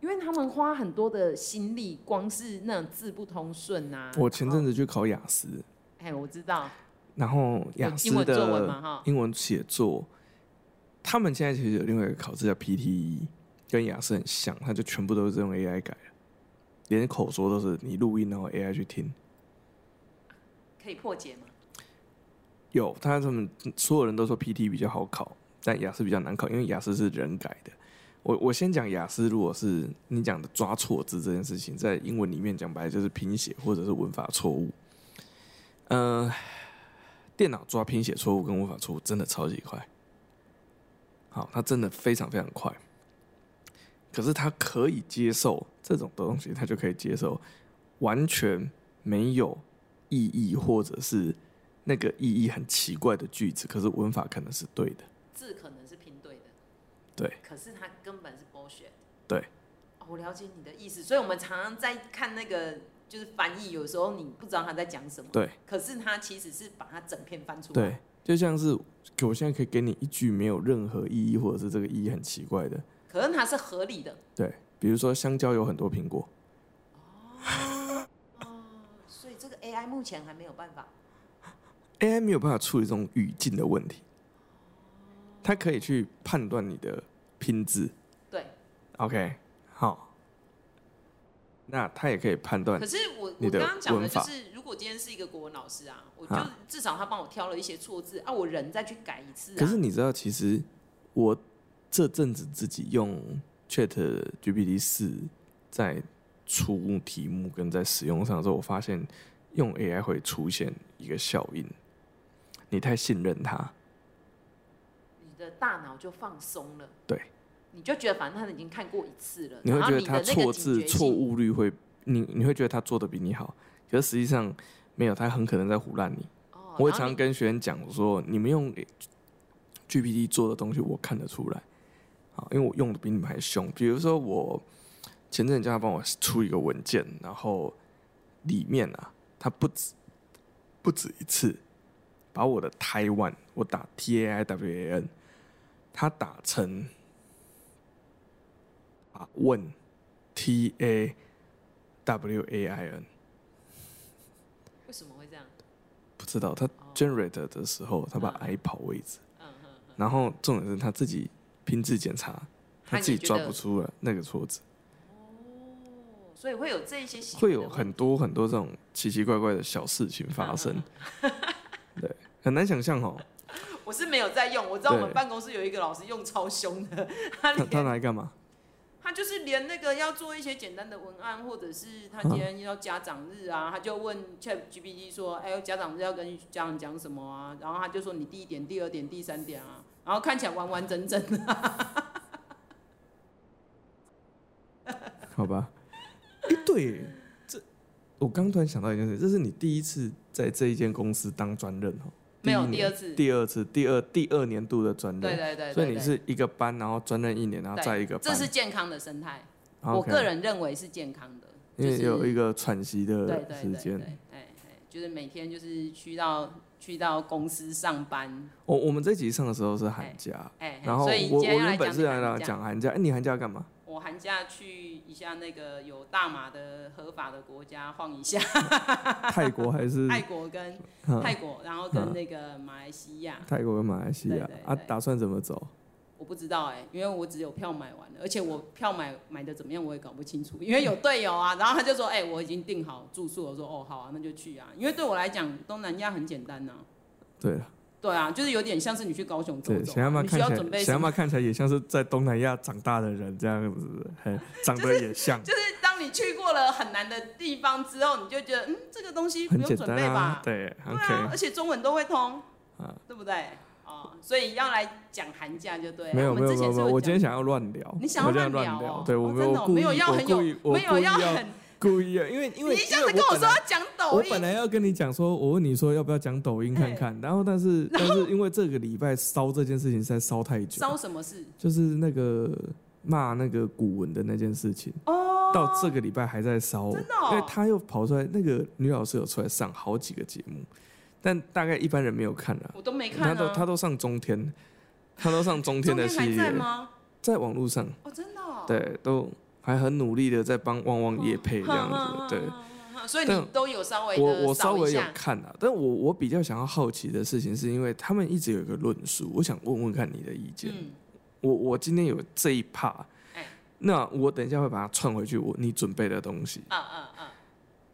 [SPEAKER 1] 因为他们花很多的心力，光是那种字不通顺啊。
[SPEAKER 2] 我前阵
[SPEAKER 1] 子
[SPEAKER 2] 子去考雅思，
[SPEAKER 1] 哎，我知道
[SPEAKER 2] 然后雅
[SPEAKER 1] 有英
[SPEAKER 2] 思
[SPEAKER 1] 文作文嘛
[SPEAKER 2] 的
[SPEAKER 1] 哈
[SPEAKER 2] 英文写作，他们现在其实有另外一个考试叫 PTE，跟雅思很像，它就全部都是用 AI 改的，连口说都是你录音然后 AI 去听。
[SPEAKER 1] 可以破解吗？
[SPEAKER 2] 有，他他们所有人都说 PT 比较好考，但雅思比较难考，因为雅思是人改的。我我先讲雅思，如果是你讲的抓错字这件事情，在英文里面讲白了就是拼写或者是文法错误。呃，电脑抓拼写错误跟文法错误真的超级快，好，它真的非常非常快。可是它可以接受这种东西，它就可以接受完全没有意义或者是那个意义很奇怪的句子，可是文法可能是对的。
[SPEAKER 1] 字可能是拼对的，
[SPEAKER 2] 对，
[SPEAKER 1] 可是它根本是 bullshit。
[SPEAKER 2] 对
[SPEAKER 1] 哦，我了解你的意思，所以我们常常在看那个就是翻译，有时候你不知道他在讲什么，
[SPEAKER 2] 对
[SPEAKER 1] 可是他其实是把它整篇翻出来。
[SPEAKER 2] 对，就像是我现在可以给你一句没有任何意义，或者是这个意义很奇怪的。
[SPEAKER 1] 可能它是合理的，
[SPEAKER 2] 对，比如说香蕉有很多苹果，
[SPEAKER 1] 所以这个 AI 目前还没有办法。
[SPEAKER 2] AI 没有办法处理这种语境的问题，它可以去判断你的拼字。
[SPEAKER 1] 对，
[SPEAKER 2] OK，好，那它也可以判断
[SPEAKER 1] 可。是我我
[SPEAKER 2] 你的
[SPEAKER 1] 刚刚讲的
[SPEAKER 2] 文
[SPEAKER 1] 就
[SPEAKER 2] 法
[SPEAKER 1] 是，如果今天是一个国文老师啊，我就
[SPEAKER 2] 啊
[SPEAKER 1] 至少他帮我挑了一些错字啊，我人再去改一次啊。
[SPEAKER 2] 可是你知道，其实我这阵子自己用 Chat GPT 四在出题目跟在使用上的时候，我发现用 AI 会出现一个效应，你太信任它，
[SPEAKER 1] 你的大脑就放松了，
[SPEAKER 2] 对，
[SPEAKER 1] 你就觉得反正他已经看过一次了，
[SPEAKER 2] 你会
[SPEAKER 1] 然
[SPEAKER 2] 觉
[SPEAKER 1] 后
[SPEAKER 2] 得
[SPEAKER 1] 你的
[SPEAKER 2] 它
[SPEAKER 1] 那个警
[SPEAKER 2] 错字
[SPEAKER 1] 觉性
[SPEAKER 2] 错误率会，你你会觉得它做的比你好，可是实际上没有，它很可能在胡乱你。
[SPEAKER 1] 哦，
[SPEAKER 2] 我也
[SPEAKER 1] 然后
[SPEAKER 2] 常
[SPEAKER 1] 你
[SPEAKER 2] 跟学员讲说，你们用 GPT 做的东西，我看得出来，啊，因为我用的比你们还凶。比如说，我前阵子叫他帮我出一个文件，然后里面啊，他不止不止一次把我的台湾，我打 T A I W A N，他打成啊问 T A W A I N。
[SPEAKER 1] 为什么会这样？
[SPEAKER 2] 不知道他 generate 的时候，他把 i 跑位置，
[SPEAKER 1] 嗯哼哼，
[SPEAKER 2] 然后重点是他自己拼字检查，他自己抓不出了那个错字，
[SPEAKER 1] 哦，所以会有这一些行为
[SPEAKER 2] 会有很多很多这种奇奇怪怪的小事情发
[SPEAKER 1] 嗯
[SPEAKER 2] 生，对，很难想象哦。
[SPEAKER 1] 我是没有在用，我知道我们
[SPEAKER 2] 对
[SPEAKER 1] 办公室有一个老师用超凶的， 他
[SPEAKER 2] 他他
[SPEAKER 1] 连
[SPEAKER 2] 拿来干嘛？
[SPEAKER 1] 他就是连那个要做一些简单的文案，或者是他今天要家长日啊，
[SPEAKER 2] 嗯
[SPEAKER 1] 他就问 Chat GPT 说：“哎、家长日要跟家长讲什么啊？”然后他就说：“你第一点、第二点、第三点啊。”然后看起来完完整整的，
[SPEAKER 2] 好吧，哎，对，这我刚突然想到一件事，这是你第一次在这一间公司当专任哦，
[SPEAKER 1] 没有
[SPEAKER 2] 一年
[SPEAKER 1] 第二次
[SPEAKER 2] 第二次，第二第二年度的专
[SPEAKER 1] 对
[SPEAKER 2] 任，
[SPEAKER 1] 对对对
[SPEAKER 2] 所以你
[SPEAKER 1] 对
[SPEAKER 2] 是一个班，然后专任一年，然后
[SPEAKER 1] 对
[SPEAKER 2] 再一个
[SPEAKER 1] 这
[SPEAKER 2] 班哦
[SPEAKER 1] 是，健康的生态，我
[SPEAKER 2] OK
[SPEAKER 1] 个人认为是健康的，
[SPEAKER 2] 因为有
[SPEAKER 1] 就是
[SPEAKER 2] 一个喘息
[SPEAKER 1] 对
[SPEAKER 2] 的
[SPEAKER 1] 对
[SPEAKER 2] 时
[SPEAKER 1] 对对，
[SPEAKER 2] 间。
[SPEAKER 1] 哎哎，就是每天就是去到去到公司上班，
[SPEAKER 2] 我我们这集上的时候是寒假，
[SPEAKER 1] 哎，哎
[SPEAKER 2] 然后
[SPEAKER 1] 所以今
[SPEAKER 2] 我我
[SPEAKER 1] 天要来
[SPEAKER 2] 原本
[SPEAKER 1] 讲
[SPEAKER 2] 是
[SPEAKER 1] 你
[SPEAKER 2] 来
[SPEAKER 1] 寒假
[SPEAKER 2] 讲寒假，哎，你寒假 干嘛？
[SPEAKER 1] 我寒假去一下那个有大麻的合法的国家晃一下，
[SPEAKER 2] 泰国还 是
[SPEAKER 1] 泰国跟
[SPEAKER 2] 嗯
[SPEAKER 1] 泰国，然后跟那个马来西亚，
[SPEAKER 2] 泰国跟马来西亚
[SPEAKER 1] 对对对
[SPEAKER 2] 啊？打算怎么走？
[SPEAKER 1] 我不知道哎、因为我只有票买完了，而且我票买买的怎么样我也搞不清楚，因为有队友啊，然后他就说，哎、我已经订好住宿了，我说哦好啊，那就去啊，因为对我来讲东南亚很简单呐、
[SPEAKER 2] 对了，
[SPEAKER 1] 对啊，就是有点像是你去高雄走
[SPEAKER 2] 对，
[SPEAKER 1] 走
[SPEAKER 2] 小亚
[SPEAKER 1] 啊，
[SPEAKER 2] 妈
[SPEAKER 1] 你
[SPEAKER 2] 看
[SPEAKER 1] 需
[SPEAKER 2] 起
[SPEAKER 1] 要准
[SPEAKER 2] 来，
[SPEAKER 1] 备
[SPEAKER 2] 小
[SPEAKER 1] 什
[SPEAKER 2] 亚
[SPEAKER 1] 么？
[SPEAKER 2] 妈看起来也像是在东南亚长大的人这样子， 很长得也像，
[SPEAKER 1] 就是当你去过了很难的地方之后，你就觉得嗯，这个东西不
[SPEAKER 2] 很
[SPEAKER 1] 用
[SPEAKER 2] 简
[SPEAKER 1] 准
[SPEAKER 2] 单
[SPEAKER 1] 备
[SPEAKER 2] 啊
[SPEAKER 1] 吧，？
[SPEAKER 2] 对
[SPEAKER 1] 对啊，
[SPEAKER 2] ，OK，
[SPEAKER 1] 而且中文都会通，
[SPEAKER 2] 啊
[SPEAKER 1] 对不对？哦，所以要来讲寒假就对了。啊
[SPEAKER 2] 没有
[SPEAKER 1] 我
[SPEAKER 2] 没
[SPEAKER 1] 们
[SPEAKER 2] 有
[SPEAKER 1] 之
[SPEAKER 2] 没
[SPEAKER 1] 前
[SPEAKER 2] 有
[SPEAKER 1] 是
[SPEAKER 2] 没有，
[SPEAKER 1] 有
[SPEAKER 2] 我
[SPEAKER 1] 讲
[SPEAKER 2] 今天想要乱聊，
[SPEAKER 1] 你想要
[SPEAKER 2] 我今天
[SPEAKER 1] 乱
[SPEAKER 2] 乱
[SPEAKER 1] 聊哦
[SPEAKER 2] 对我
[SPEAKER 1] 哦
[SPEAKER 2] 没
[SPEAKER 1] 真
[SPEAKER 2] 有
[SPEAKER 1] 的哦
[SPEAKER 2] 故
[SPEAKER 1] 没
[SPEAKER 2] 意，
[SPEAKER 1] 有要
[SPEAKER 2] 我
[SPEAKER 1] 很有
[SPEAKER 2] 故意，我
[SPEAKER 1] 没有
[SPEAKER 2] 故意
[SPEAKER 1] 要
[SPEAKER 2] 要
[SPEAKER 1] 很，
[SPEAKER 2] 故意要，因为因
[SPEAKER 1] 你
[SPEAKER 2] 为
[SPEAKER 1] 一下
[SPEAKER 2] 因
[SPEAKER 1] 子
[SPEAKER 2] 为
[SPEAKER 1] 跟我
[SPEAKER 2] 本
[SPEAKER 1] 说
[SPEAKER 2] 来
[SPEAKER 1] 要讲抖
[SPEAKER 2] 我
[SPEAKER 1] 音，
[SPEAKER 2] 本来要跟你讲说，我问你说要不要讲抖音看
[SPEAKER 1] 哎
[SPEAKER 2] 看，然后但是但是因为这个礼拜烧这件事情实在烧太久，
[SPEAKER 1] 烧什么事？
[SPEAKER 2] 就是那个骂那个古文的那件事情，
[SPEAKER 1] 哦，
[SPEAKER 2] 到这个礼拜还在烧我，
[SPEAKER 1] 真的哦
[SPEAKER 2] 因为他又跑出来，那个女老师有出来上好几个节目，但大概一般人没有看了、
[SPEAKER 1] 我都没
[SPEAKER 2] 他
[SPEAKER 1] 看
[SPEAKER 2] 都
[SPEAKER 1] 啊。
[SPEAKER 2] 他都上中天，他都上
[SPEAKER 1] 中
[SPEAKER 2] 中天的
[SPEAKER 1] 间
[SPEAKER 2] 系
[SPEAKER 1] 还在
[SPEAKER 2] 列，
[SPEAKER 1] 吗？
[SPEAKER 2] 在网络上，
[SPEAKER 1] 哦，真的、哦。
[SPEAKER 2] 对，都还很努力的在帮旺旺夜配
[SPEAKER 1] 哼，
[SPEAKER 2] 这样子，对。
[SPEAKER 1] 对。所以你
[SPEAKER 2] 但
[SPEAKER 1] 都有稍微
[SPEAKER 2] 我我
[SPEAKER 1] 的
[SPEAKER 2] 稍
[SPEAKER 1] 扫
[SPEAKER 2] 微
[SPEAKER 1] 一
[SPEAKER 2] 有
[SPEAKER 1] 下，
[SPEAKER 2] 看啊，但我我比较想要好奇的事情，是因为他们一直有一个论述，我想问问看你的意见。
[SPEAKER 1] 嗯，
[SPEAKER 2] 我我今天有这一趴
[SPEAKER 1] 哎，
[SPEAKER 2] 那我等一下会把它串回去我你准备的东西。
[SPEAKER 1] 啊啊啊，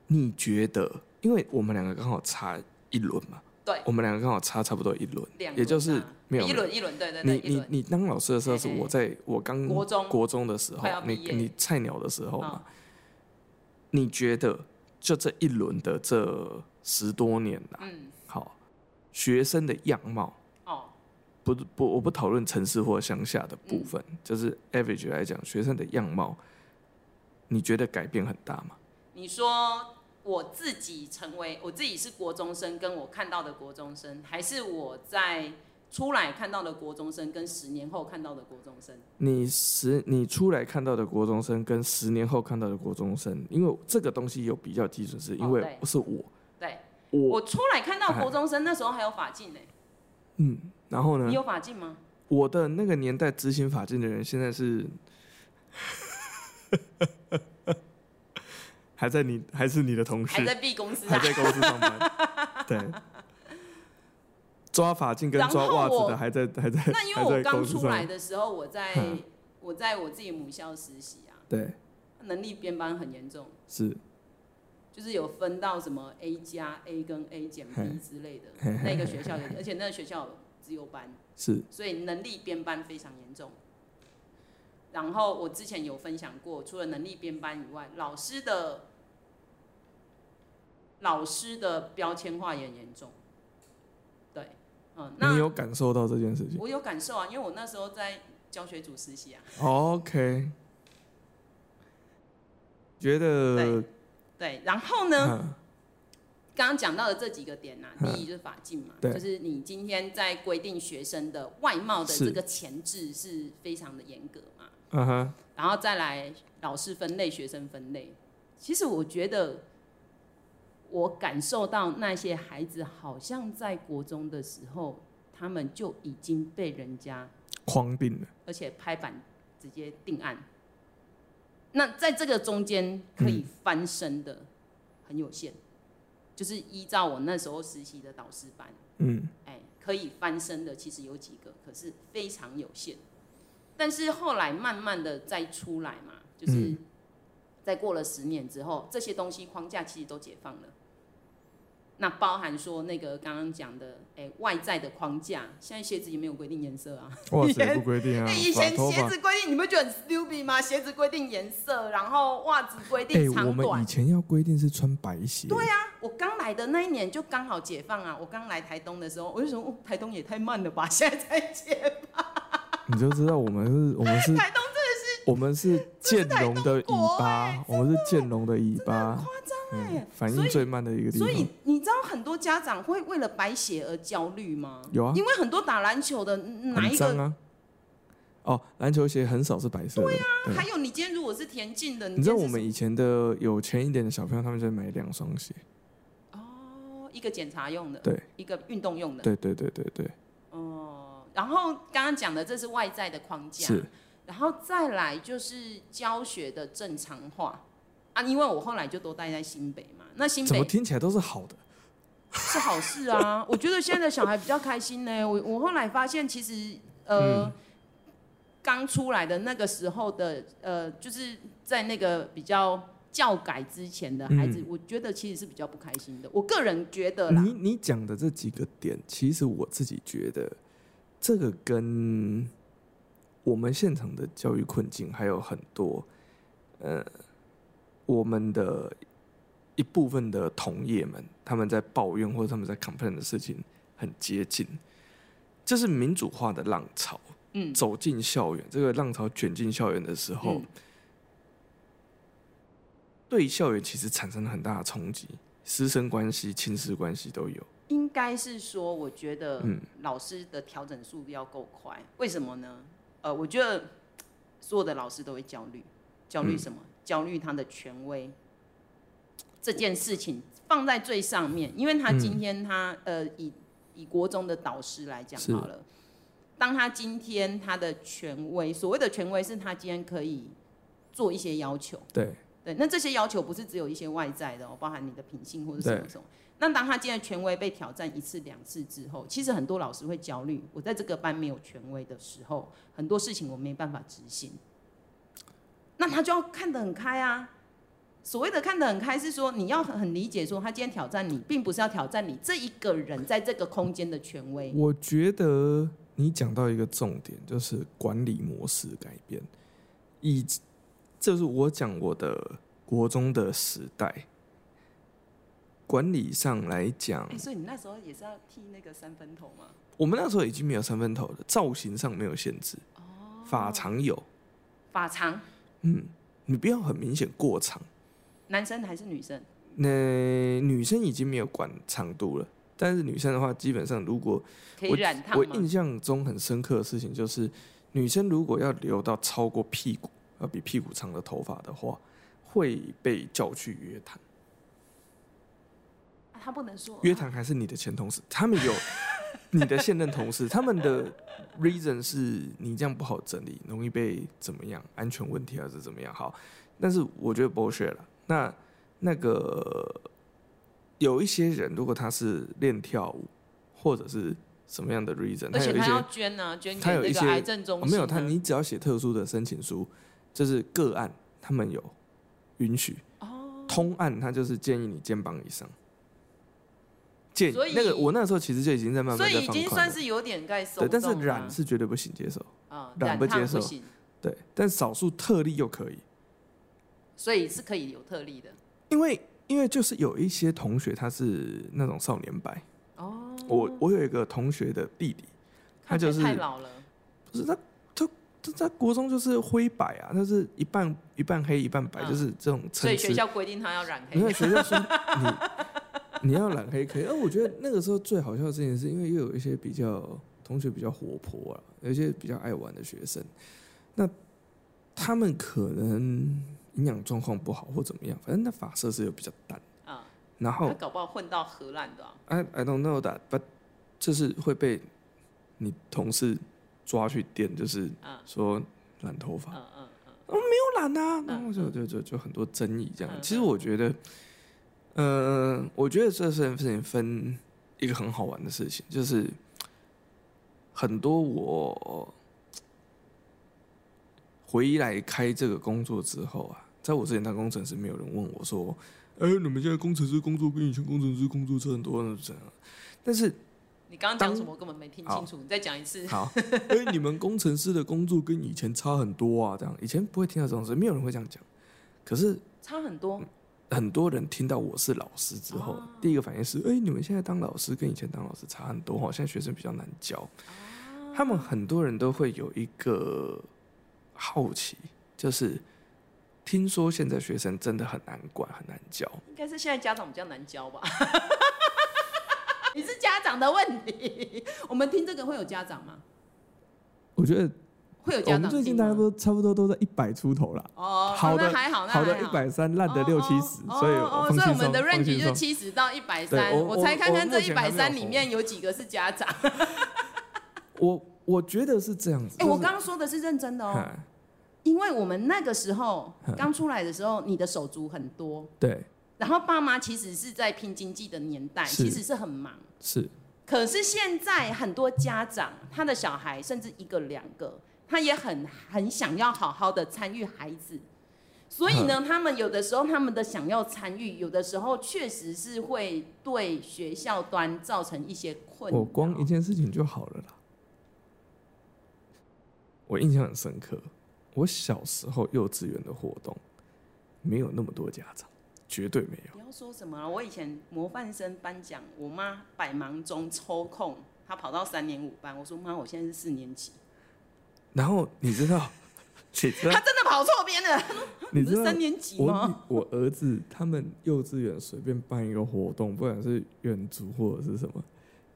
[SPEAKER 2] 你觉得，因为我们两个刚好差一轮嘛，
[SPEAKER 1] 对
[SPEAKER 2] 我们两个刚好差差不多一轮，
[SPEAKER 1] 两轮啊
[SPEAKER 2] 也就是没有
[SPEAKER 1] 一轮一轮，对对对，
[SPEAKER 2] 你
[SPEAKER 1] 一
[SPEAKER 2] 你
[SPEAKER 1] 轮。
[SPEAKER 2] 你当老师的时候是
[SPEAKER 1] 嘿嘿
[SPEAKER 2] 我在我刚
[SPEAKER 1] 国中
[SPEAKER 2] 国中的时候
[SPEAKER 1] 快要，
[SPEAKER 2] 你
[SPEAKER 1] 毕业
[SPEAKER 2] 你菜鸟的时候嘛
[SPEAKER 1] 啊，
[SPEAKER 2] 你觉得就这一轮的这十多年啦，
[SPEAKER 1] 嗯，
[SPEAKER 2] 好，学生的样貌，
[SPEAKER 1] 哦，
[SPEAKER 2] 不不，我不讨论城市或乡下的部分，就是 average 来讲，学生的样貌，你觉得改变很大吗？
[SPEAKER 1] 你说我自己成为我自己是国中生，跟我看到的国中生，还是我在出来看到的国中生，跟十年后看到的国中生？
[SPEAKER 2] 你十你出来看到的国中生跟十年后看到的国中生，因为这个东西有比较基准，是因
[SPEAKER 1] 哦
[SPEAKER 2] 为
[SPEAKER 1] 对
[SPEAKER 2] 是我、
[SPEAKER 1] 对
[SPEAKER 2] 我哎
[SPEAKER 1] 我出来看到国中生，那时候还有法镜呢、
[SPEAKER 2] 嗯，然后呢
[SPEAKER 1] 你，有法镜吗？
[SPEAKER 2] 我的那个年代执行法禁的人现在 是还在你还是你的同
[SPEAKER 1] 还
[SPEAKER 2] 事，
[SPEAKER 1] 在 B 公司
[SPEAKER 2] 还
[SPEAKER 1] 啊？
[SPEAKER 2] 在公司 上班，对。抓法镜跟
[SPEAKER 1] 然后
[SPEAKER 2] 抓袜子
[SPEAKER 1] 我
[SPEAKER 2] 的还在还在
[SPEAKER 1] 那因为我
[SPEAKER 2] 还在
[SPEAKER 1] 刚
[SPEAKER 2] 公司
[SPEAKER 1] 出来
[SPEAKER 2] 上，
[SPEAKER 1] 的时候，我在
[SPEAKER 2] 嗯
[SPEAKER 1] 我在我自己母校实习啊，
[SPEAKER 2] 对，
[SPEAKER 1] 能力编班很严重，
[SPEAKER 2] 是
[SPEAKER 1] 就是有分到什么 A 加 A 跟 A 减
[SPEAKER 2] 嘿
[SPEAKER 1] B 之类的
[SPEAKER 2] 嘿嘿，
[SPEAKER 1] 那个学校有，而且那个学校有自由班，
[SPEAKER 2] 是
[SPEAKER 1] 所以能力编班非常严重。然后我之前有分享过，除了能力编班以外，老师的老师的标签化也很严重。对，嗯，那
[SPEAKER 2] 你有感受到这件事情
[SPEAKER 1] 我有感受啊，因为我那时候在教学组实习啊，
[SPEAKER 2] ？OK，觉得
[SPEAKER 1] 对，然后呢，
[SPEAKER 2] 嗯
[SPEAKER 1] 刚刚讲到的这几个点呐、
[SPEAKER 2] 嗯
[SPEAKER 1] 第一就是法禁嘛，
[SPEAKER 2] 对
[SPEAKER 1] 就是你今天在规定学生的外貌的
[SPEAKER 2] 是
[SPEAKER 1] 这个前置是非常的严格嘛，
[SPEAKER 2] 嗯哼，
[SPEAKER 1] 然后再来老师分类、学生分类。其实我觉得，我感受到那些孩子好像在国中的时候，他们就已经被人家
[SPEAKER 2] 框定了，
[SPEAKER 1] 而且拍板直接定案。那在这个中间可以翻身的、很有限，就是依照我那时候实习的导师班，
[SPEAKER 2] 嗯，
[SPEAKER 1] 哎，可以翻身的其实有几个，可是非常有限。但是后来慢慢的再出来嘛，就是在过了十年之后，这些东西框架其实都解放了。那包含说那个刚刚讲的，哎，外在的框架，现在鞋子也没有规定颜色啊，
[SPEAKER 2] 袜子也不规定啊，
[SPEAKER 1] 哎，以
[SPEAKER 2] 把
[SPEAKER 1] 前
[SPEAKER 2] 头
[SPEAKER 1] 鞋
[SPEAKER 2] 发，
[SPEAKER 1] 子规定，你们觉得很 stupid 吗？鞋子规定颜色，然后袜子规
[SPEAKER 2] 哎
[SPEAKER 1] 定，
[SPEAKER 2] 我
[SPEAKER 1] 长
[SPEAKER 2] 们
[SPEAKER 1] 短。啊
[SPEAKER 2] 以前要规定是穿白鞋，对呀，
[SPEAKER 1] 我刚来的那一年就刚好解放啊！我刚来台东的时候，我就说，哦，台东也太慢了吧， 现在才解，
[SPEAKER 2] 你就知道我们是，我们是
[SPEAKER 1] 台东
[SPEAKER 2] 我们是建龙的尾巴，
[SPEAKER 1] 欸
[SPEAKER 2] 我们是建龙的尾巴，
[SPEAKER 1] 真的哎
[SPEAKER 2] 嗯反
[SPEAKER 1] 所
[SPEAKER 2] 应
[SPEAKER 1] 以
[SPEAKER 2] 最慢的一个地
[SPEAKER 1] 所以
[SPEAKER 2] 方。
[SPEAKER 1] 你知道很多家长会为了白鞋而焦虑吗？
[SPEAKER 2] 有啊
[SPEAKER 1] 因为很多打篮球的哪
[SPEAKER 2] 很
[SPEAKER 1] 一
[SPEAKER 2] 脏
[SPEAKER 1] 个，
[SPEAKER 2] 啊。哦，篮球鞋很少是白色的。对啊
[SPEAKER 1] 还有你今天如果是田径的，
[SPEAKER 2] 你知
[SPEAKER 1] 今
[SPEAKER 2] 道我
[SPEAKER 1] 天是
[SPEAKER 2] 们以前的有钱一点的小朋友，他们就会买两双鞋。
[SPEAKER 1] 哦一个检查用的，
[SPEAKER 2] 对，
[SPEAKER 1] 一个运动用的，
[SPEAKER 2] 对对对对对，
[SPEAKER 1] 哦。然后刚刚讲的这是外在的框架，
[SPEAKER 2] 是
[SPEAKER 1] 然后再来就是教学的正常化啊，因为我后来就都待在新北嘛，那新
[SPEAKER 2] 怎么
[SPEAKER 1] 北
[SPEAKER 2] 听起来都是好的？
[SPEAKER 1] 是好事 啊。我觉得现在的小孩比较开心呢、我我后来发现，其实
[SPEAKER 2] 嗯
[SPEAKER 1] 呃，刚、出来的那个时候的呃，就是在那个比较教改之前的孩子，我觉得其实是比较不开心的。我个人觉得啦
[SPEAKER 2] 嗯你，你讲的这几个点，其实我自己觉得，这个跟我们现场的教育困境还有很多，呃，我们的一部分的同业们他们在抱怨或者他们在 complain 的事情很接近，这是民主化的浪潮
[SPEAKER 1] 嗯
[SPEAKER 2] 走进校园，这个浪潮卷进校园的时候。
[SPEAKER 1] 嗯
[SPEAKER 2] 对校园其实产生了很大的冲击，师生关系、亲师关系都有。
[SPEAKER 1] 应该是说，我觉得
[SPEAKER 2] 嗯
[SPEAKER 1] 老师的调整速度要够
[SPEAKER 2] 嗯
[SPEAKER 1] 快。为什么呢？呃，我觉得所有的老师都会焦虑，焦虑什么？焦虑他的权威这件事情放在最上面，因为他
[SPEAKER 2] 嗯
[SPEAKER 1] 今天他、呃以以国中的导师来讲
[SPEAKER 2] 是
[SPEAKER 1] 好了，当他今天他的权威，所谓的权威是他今天可以做一些要求。
[SPEAKER 2] 对，
[SPEAKER 1] 对，那这些要求不是只有一些外在的、哦，包含你的品性或者什么
[SPEAKER 2] 对
[SPEAKER 1] 什么。那当他今天的权威被挑战一次两次之后，其实很多老师会焦虑，我在这个班没有权威的时候，很多事情我没办法执行。那他就要看得很开啊。所谓的看得很开，是说你要很很理解，说他今天挑战你，并不是要挑战你这一个人在这个空间的权威。
[SPEAKER 2] 我觉得你讲到一个重点，就是管理模式改变。以这是我讲我的国中的时代，管理上来讲
[SPEAKER 1] 哎、，所以你那时候也是要剃那个三分头吗？
[SPEAKER 2] 我们那时候已经没有三分头了，造型上没有限制，发长有，
[SPEAKER 1] 发长，
[SPEAKER 2] 你不要很明显过长。
[SPEAKER 1] 男生还是女生？
[SPEAKER 2] 那女生已经没有管长度了，但是女生的话，基本上如果
[SPEAKER 1] 可以染烫
[SPEAKER 2] 我
[SPEAKER 1] 吗？
[SPEAKER 2] 印象中很深刻的事情就是，女生如果要留到超过屁股，要呃比屁股长的头发的话，会被叫去约谈。
[SPEAKER 1] 啊他不能说
[SPEAKER 2] 约谈还是你的前同事，他们有你的现任同事，他们的 reason 是你这样不好整理，容易被怎么样，安全问题还是怎么样？好，但是我觉得 bullshit 了。那那个有一些人，如果他是练跳舞或者是什么样的 reason，
[SPEAKER 1] 而且
[SPEAKER 2] 有一
[SPEAKER 1] 他
[SPEAKER 2] 些
[SPEAKER 1] 要捐啊，捐
[SPEAKER 2] 他
[SPEAKER 1] 给
[SPEAKER 2] 有
[SPEAKER 1] 那
[SPEAKER 2] 一
[SPEAKER 1] 个
[SPEAKER 2] 些
[SPEAKER 1] 癌症中
[SPEAKER 2] 哦
[SPEAKER 1] 心、
[SPEAKER 2] 没有他，你只要写特殊的申请书，就是个案，他们有允许。
[SPEAKER 1] 哦
[SPEAKER 2] 通案他就是建议你肩膀以上。建
[SPEAKER 1] 所以
[SPEAKER 2] 那个我那时候其实就已经在慢慢
[SPEAKER 1] 所
[SPEAKER 2] 在
[SPEAKER 1] 以已
[SPEAKER 2] 放
[SPEAKER 1] 经
[SPEAKER 2] 宽
[SPEAKER 1] 算
[SPEAKER 2] 了。
[SPEAKER 1] 是有点盖手
[SPEAKER 2] 对，
[SPEAKER 1] 动
[SPEAKER 2] 但是
[SPEAKER 1] 了
[SPEAKER 2] 染是绝对不行接受。
[SPEAKER 1] 啊，
[SPEAKER 2] 染
[SPEAKER 1] 染
[SPEAKER 2] 不
[SPEAKER 1] 烫
[SPEAKER 2] 接受
[SPEAKER 1] 行，
[SPEAKER 2] 对，但少数特例又可以，
[SPEAKER 1] 所以是可以有特例的。
[SPEAKER 2] 因为因为就是有一些同学他是那种少年白。哦。我我有一个同学的弟弟，他
[SPEAKER 1] 看起
[SPEAKER 2] 就
[SPEAKER 1] 来
[SPEAKER 2] 是
[SPEAKER 1] 太老了，
[SPEAKER 2] 不是他，他他在国中就是灰白啊，他是一半一半黑一半白，
[SPEAKER 1] 嗯
[SPEAKER 2] 就是这种
[SPEAKER 1] 所
[SPEAKER 2] 参
[SPEAKER 1] 以
[SPEAKER 2] 差
[SPEAKER 1] 学校规定他要染黑
[SPEAKER 2] 你。看学校说你你要染黑可以，而呃我觉得那个时候最好笑的事情是因为又有一些比较同学比较活泼啊，有一些比较爱玩的学生，那他们可能营养状况不好或怎么样，反正那发色是又比较淡，
[SPEAKER 1] 啊，
[SPEAKER 2] 然
[SPEAKER 1] 他
[SPEAKER 2] 后
[SPEAKER 1] 搞不好混到荷兰的啊、
[SPEAKER 2] I I don't know that，but 就是会被你同事抓去电，就是说染头发，
[SPEAKER 1] 嗯嗯，
[SPEAKER 2] 都懒啊，然后
[SPEAKER 1] 嗯
[SPEAKER 2] 就就就就很多争议这样
[SPEAKER 1] 嗯。
[SPEAKER 2] 其实我觉得，呃，我觉得这件事情分一个很好玩的事情，就是很多我回来开这个工作之后啊，在我之前当工程师，没有人问我说，哎、你们现在工程师工作跟以前工程师工作差很多呢，怎样？但是
[SPEAKER 1] 你刚刚讲
[SPEAKER 2] 当
[SPEAKER 1] 什么我根本没听清楚，你再讲一次。
[SPEAKER 2] 好，哎、你们工程师的工作跟以前差很多啊，这样以前不会听到这种事，没有人会这样讲。可是
[SPEAKER 1] 差很多，
[SPEAKER 2] 很多人听到我是老师之后，
[SPEAKER 1] 哦
[SPEAKER 2] 第一个反应是：哎、你们现在当老师跟以前当老师差很多哦，现在学生比较难教。
[SPEAKER 1] 哦
[SPEAKER 2] 他们很多人都会有一个好奇，就是听说现在学生真的很难管、很难教。
[SPEAKER 1] 应该是现在家长比较难教吧？ 你是家长的问题。我们听这个会有家长吗？
[SPEAKER 3] 我觉得
[SPEAKER 1] 会有
[SPEAKER 2] 哦
[SPEAKER 3] 我
[SPEAKER 1] 家
[SPEAKER 3] 们
[SPEAKER 1] 长
[SPEAKER 3] 最近
[SPEAKER 1] 听
[SPEAKER 3] 大家
[SPEAKER 1] 吗？
[SPEAKER 3] 都差不多都在一百出头啦，
[SPEAKER 1] 哦，
[SPEAKER 3] 好
[SPEAKER 1] 那
[SPEAKER 3] 的
[SPEAKER 1] 还好，那还
[SPEAKER 3] 好的一百三，烂的
[SPEAKER 1] 哦
[SPEAKER 3] 六
[SPEAKER 1] 哦
[SPEAKER 3] 七十，
[SPEAKER 1] 哦
[SPEAKER 3] 所以
[SPEAKER 1] 哦
[SPEAKER 3] 我放轻
[SPEAKER 1] 所以我们
[SPEAKER 3] 松，
[SPEAKER 1] 的
[SPEAKER 3] 放
[SPEAKER 1] range
[SPEAKER 3] 轻
[SPEAKER 1] 就
[SPEAKER 3] 松。
[SPEAKER 1] 七十到一百三，
[SPEAKER 2] 对
[SPEAKER 1] 我
[SPEAKER 2] 我
[SPEAKER 1] 才看看这
[SPEAKER 2] 我
[SPEAKER 1] 一
[SPEAKER 2] 目前
[SPEAKER 1] 百
[SPEAKER 2] 还没有
[SPEAKER 1] 三里面有几个是家长。
[SPEAKER 2] 我我觉得是这样子。
[SPEAKER 1] 哎、我
[SPEAKER 2] 就是
[SPEAKER 1] 刚刚说的是认真的哦，
[SPEAKER 2] 嗨
[SPEAKER 1] 因为我们那个时候刚出来的时候，你的手足很多，
[SPEAKER 2] 对
[SPEAKER 1] 然后爸妈其实是在拼经济的年代，
[SPEAKER 2] 是
[SPEAKER 1] 其实是很忙。
[SPEAKER 2] 是
[SPEAKER 1] 可是现在很多家长，他的小孩甚至一个两个，他也很很想要好好的参与孩子，所以
[SPEAKER 2] 嗯
[SPEAKER 1] 呢，他们有的时候他们的想要参与，有的时候确实是会对学校端造成一些困扰。
[SPEAKER 2] 我光一件事情就好了啦。我印象很深刻，我小时候幼稚园的活动没有那么多家长，绝对没有。
[SPEAKER 1] 不要说什么了，我以前模范生颁奖，我妈百忙中抽空，她跑到三年五班，我说妈，我现在是四年级，
[SPEAKER 2] 然后你知道， 你知
[SPEAKER 1] 她
[SPEAKER 2] 道，
[SPEAKER 1] 真的跑错边了，
[SPEAKER 2] 你
[SPEAKER 1] 不
[SPEAKER 2] 知
[SPEAKER 1] 是
[SPEAKER 2] 道
[SPEAKER 1] 三，年级
[SPEAKER 2] 我
[SPEAKER 1] 吗
[SPEAKER 2] 女？我儿子他们幼稚园随便办一个活动，不管是远足或者是什么，